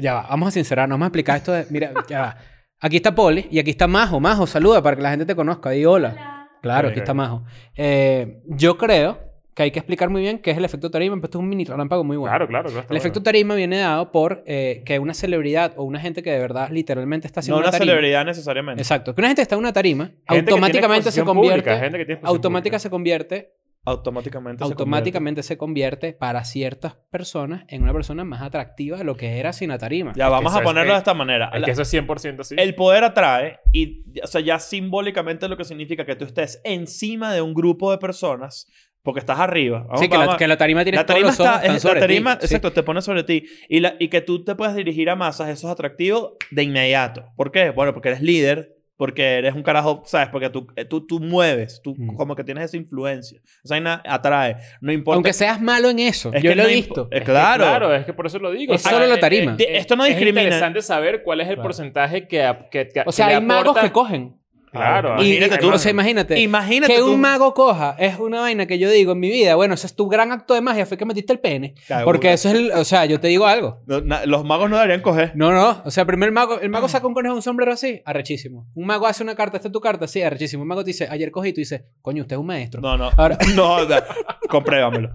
C: Ya va, vamos a sincerarnos, vamos a explicar esto. de- Mira, ya va. Aquí está Poli y aquí está Majo. Majo, saluda para que la gente te conozca. Di hola. Claro,
A: Ok.
C: aquí está Majo. Eh, yo creo que hay que explicar muy bien qué es el efecto tarima, pero esto es un mini relámpago muy bueno.
A: Claro, claro. claro, está
C: El efecto
A: bueno.
C: tarima viene dado por eh, que una celebridad o una gente que de verdad literalmente
B: No
C: está haciendo
B: una
C: una tarima.
B: celebridad necesariamente.
C: Exacto. Que una gente está en una tarima,
A: Gente que tiene
C: automáticamente se
A: exposición
C: convierte.
A: pública, gente que tiene exposición
C: automática
A: pública.
C: se convierte.
B: Automáticamente. se
C: Automáticamente se convierte para ciertas personas en una persona más atractiva de lo que era sin la tarima.
B: convierte. Ya, vamos
A: Eso
B: a
A: es-
B: ponerlo
A: es-
B: de esta manera.
A: Es que eso es 100% así.
B: El poder atrae y, o sea, ya simbólicamente lo que significa que tú estés encima de un grupo de personas porque estás arriba. Vamos-
C: sí, que
B: vamos
C: la,
B: a-
C: que la tarima tiene
B: la
C: todos
B: tarima
C: los ojos
B: está,
C: están
B: es- la
C: sobre ti.
B: tarima,
C: Sí.
B: exacto, te pone sobre ti y, la, y que tú te puedas dirigir a masas, eso es atractivo de inmediato. ¿Por qué? Bueno, porque eres líder, porque eres un carajo, ¿sabes? Porque tú, eh, tú, tú mueves, tú
C: Mm.
B: como que tienes esa influencia. Esa vaina atrae, no importa.
C: Aunque seas malo en eso.
B: Es
C: yo
B: que
C: lo
B: no
C: he
B: impo-
C: visto.
B: eh,
A: Es que,
B: claro.
A: claro, es que por eso lo digo.
C: Es solo la
A: eh,
C: tarima.
A: eh, eh,
B: Esto no
A: es
B: discrimina.
A: interesante saber cuál es el
C: Claro.
A: porcentaje que, a- que- que-
C: O sea,
A: que le
C: hay magos
A: aporta-
C: que cogen.
A: Claro.
E: Y- Imagínate
C: y,
E: tú.
C: O sea, imagínate.
B: Imagínate
C: este, que
B: tú.
C: un mago coja es una vaina que yo digo en mi vida. Bueno, ese es tu gran acto de magia. Fue que metiste el pene.
B: Claro,
C: Porque
B: bueno.
C: eso es el... O sea, yo te digo algo.
B: No, na- los magos no deberían coger.
C: No, no. O sea, primero el mago... El mago saca un conejo de un sombrero así. Arrechísimo. Un mago hace una carta. ¿Esta es tu carta? Sí, arrechísimo. Un mago te dice... Ayer cogí. Y tú dices... Coño, usted es un maestro.
B: No, no.
C: Ahora-
B: No, da- compruébamelo.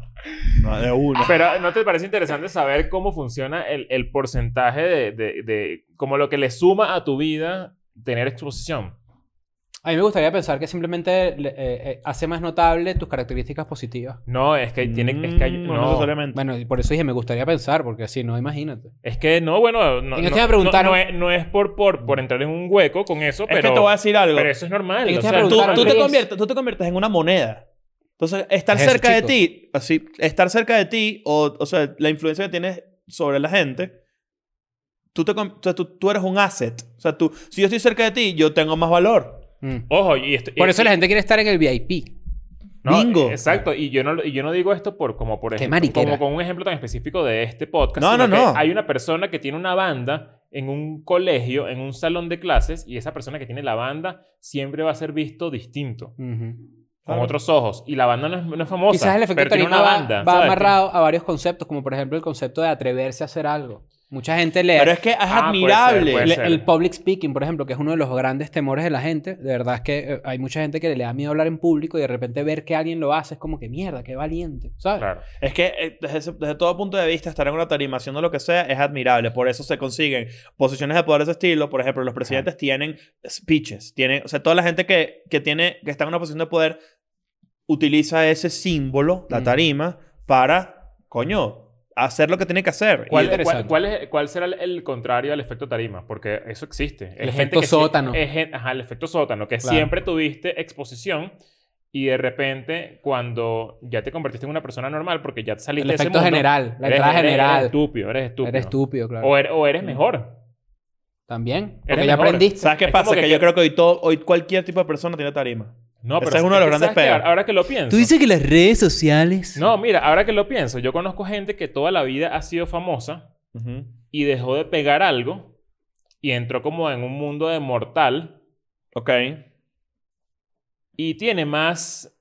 B: No, de uno.
A: Pero ¿no te parece interesante saber cómo funciona el, el porcentaje de, de- de- como lo que le suma a tu vida tener exposición?
C: A mí me gustaría pensar que simplemente le- eh, eh, hace más notable tus características positivas.
A: No, es que tiene es que hay-
B: Mm,
A: no,
B: no necesariamente.
C: Bueno, y por eso dije, me gustaría pensar, porque así no, imagínate.
A: es que no, bueno, no,
C: En
A: no,
C: este me
A: no-
C: preguntaron-
A: no es, no es por, por, por entrar en un hueco con eso, pero
B: es que te voy a decir algo.
A: pero eso es normal.
C: En
A: o
C: este me
A: sea,
B: tú,
C: preguntaron,
B: tú te
C: Luis.
B: conviertes, tú te conviertes en una moneda. Entonces, estar
C: Es eso,
B: cerca de
C: chico.
B: ti, así, estar cerca de ti, o, o sea, la influencia que tienes sobre la gente, tú, te, con- o sea, tú, tú eres un asset. O sea, tú, si yo estoy cerca de ti, yo tengo más valor.
C: Mm.
A: Ojo, y esto-
C: Por
A: y-
C: eso la gente quiere estar en el VIP.
A: No,
B: Bingo.
A: Exacto, y yo no, lo- y yo no digo esto por, como por
C: Qué
A: ejemplo,
C: mariquera.
A: como con un ejemplo tan específico de este podcast.
B: No,
A: sino
B: no,
A: que
B: no.
A: Hay una persona que tiene una banda en un colegio, en un salón de clases, y esa persona que tiene la banda siempre va a ser visto distinto,
C: Ujú.
A: con
B: Claro.
A: otros ojos. Y la banda no es, no es famosa.
C: Quizás el efecto
A: pero tiene
C: tarima
A: una
C: va,
A: banda.
C: va
A: ¿sabes?
C: amarrado a varios conceptos, como por ejemplo el concepto de atreverse a hacer algo. Mucha gente le...
B: Pero es que es
A: Ah, puede ser,
B: admirable.
A: puede
C: le-
A: ser.
C: el public speaking, por ejemplo, que es uno de los grandes temores de la gente. De verdad es que eh, hay mucha gente que le da miedo hablar en público y de repente ver que alguien lo hace es como que mierda, qué valiente, ¿sabes?
A: Claro.
B: Es que eh, desde, ese- desde todo punto de vista, estar en una tarima haciendo lo que sea es admirable. Por eso se consiguen posiciones de poder de ese estilo. Por ejemplo, los presidentes tienen speeches. Tienen, o sea, toda la gente que, que, tiene, que está en una posición de poder utiliza ese símbolo, la
C: Mm.
B: tarima, para, coño, hacer lo que tiene que
A: ¿Cuál,
B: hacer. Y-
A: cuál,
C: interesante.
A: cuál es- cuál será el, el contrario al efecto tarima? Porque eso existe. Es
C: El
A: gente
C: efecto
A: que sie-
C: sótano.
A: es gen- ajá, el efecto sótano, que
C: Claro.
A: siempre tuviste exposición y de repente cuando ya te convertiste en una persona normal porque ya te saliste
C: El
A: de ese
C: efecto
A: mundo,
C: general, la
A: eres-
C: entrada
A: eres-
C: general.
A: Eres estúpido, eres estúpido.
C: Eres estúpido, claro.
A: O, er- o eres mejor.
C: También. Porque
A: Eres
C: ya
A: mejor.
C: aprendiste.
B: ¿Sabes qué
A: Es
B: pasa?
A: como
B: Que,
A: que-
B: yo creo que hoy, todo, hoy cualquier tipo de persona tiene tarima.
A: No,
B: Ese
A: pero
B: es uno de los
A: que
B: grandes
A: ¿sabes qué?
B: pedos.
A: Ahora- Ahora que lo pienso.
C: que las redes sociales.
A: No, mira, ahora que lo pienso, yo conozco gente que toda la vida ha sido famosa y dejó de pegar algo y entró como en un mundo de mortal
B: Ok.
A: y tiene más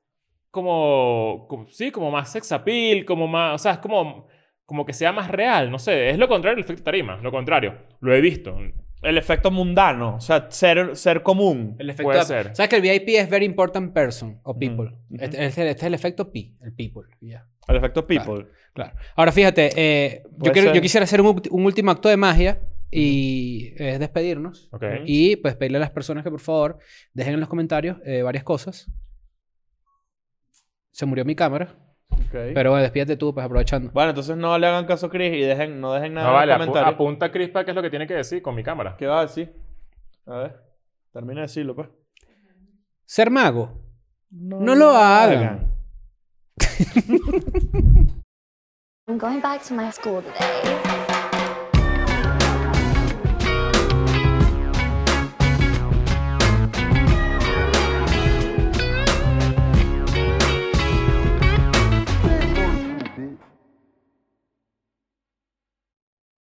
A: como, como- sí, como más sex appeal, como más, o sea, es como como que sea más real, no sé, es lo contrario del efecto tarima, lo contrario, lo he visto.
B: El efecto mundano. O sea, ser, ser común.
C: El efecto
A: Puede
C: de-
A: ser. Mm,
C: ¿Sabes que el VIP es Very Important Person o People?
B: Ujú.
C: Este, este- este es el efecto P, el People. Ya.
B: El efecto people.
C: Claro. Ahora fíjate, eh, yo,
B: Puede
C: quiero-
B: ser.
C: yo quisiera hacer un, ulti- un último acto de magia y es despedirnos.
A: Ok.
B: Ujú.
C: Y pues pedirle a las personas que por favor dejen en los comentarios eh, varias cosas. Se murió mi cámara, pero bueno, despídete tú, pues aprovechando.
B: Bueno, entonces no le hagan caso a Chris y dejen, no dejen nada
A: No, vale,
B: en
A: apu-
B: los comentarios.
A: apunta Crispa qué es lo que tiene que decir con mi cámara.
B: ¿Qué va a decir? A ver, termina de decirlo, pues.
C: Ser mago. No lo hagan.
D: I'm going back to my school today.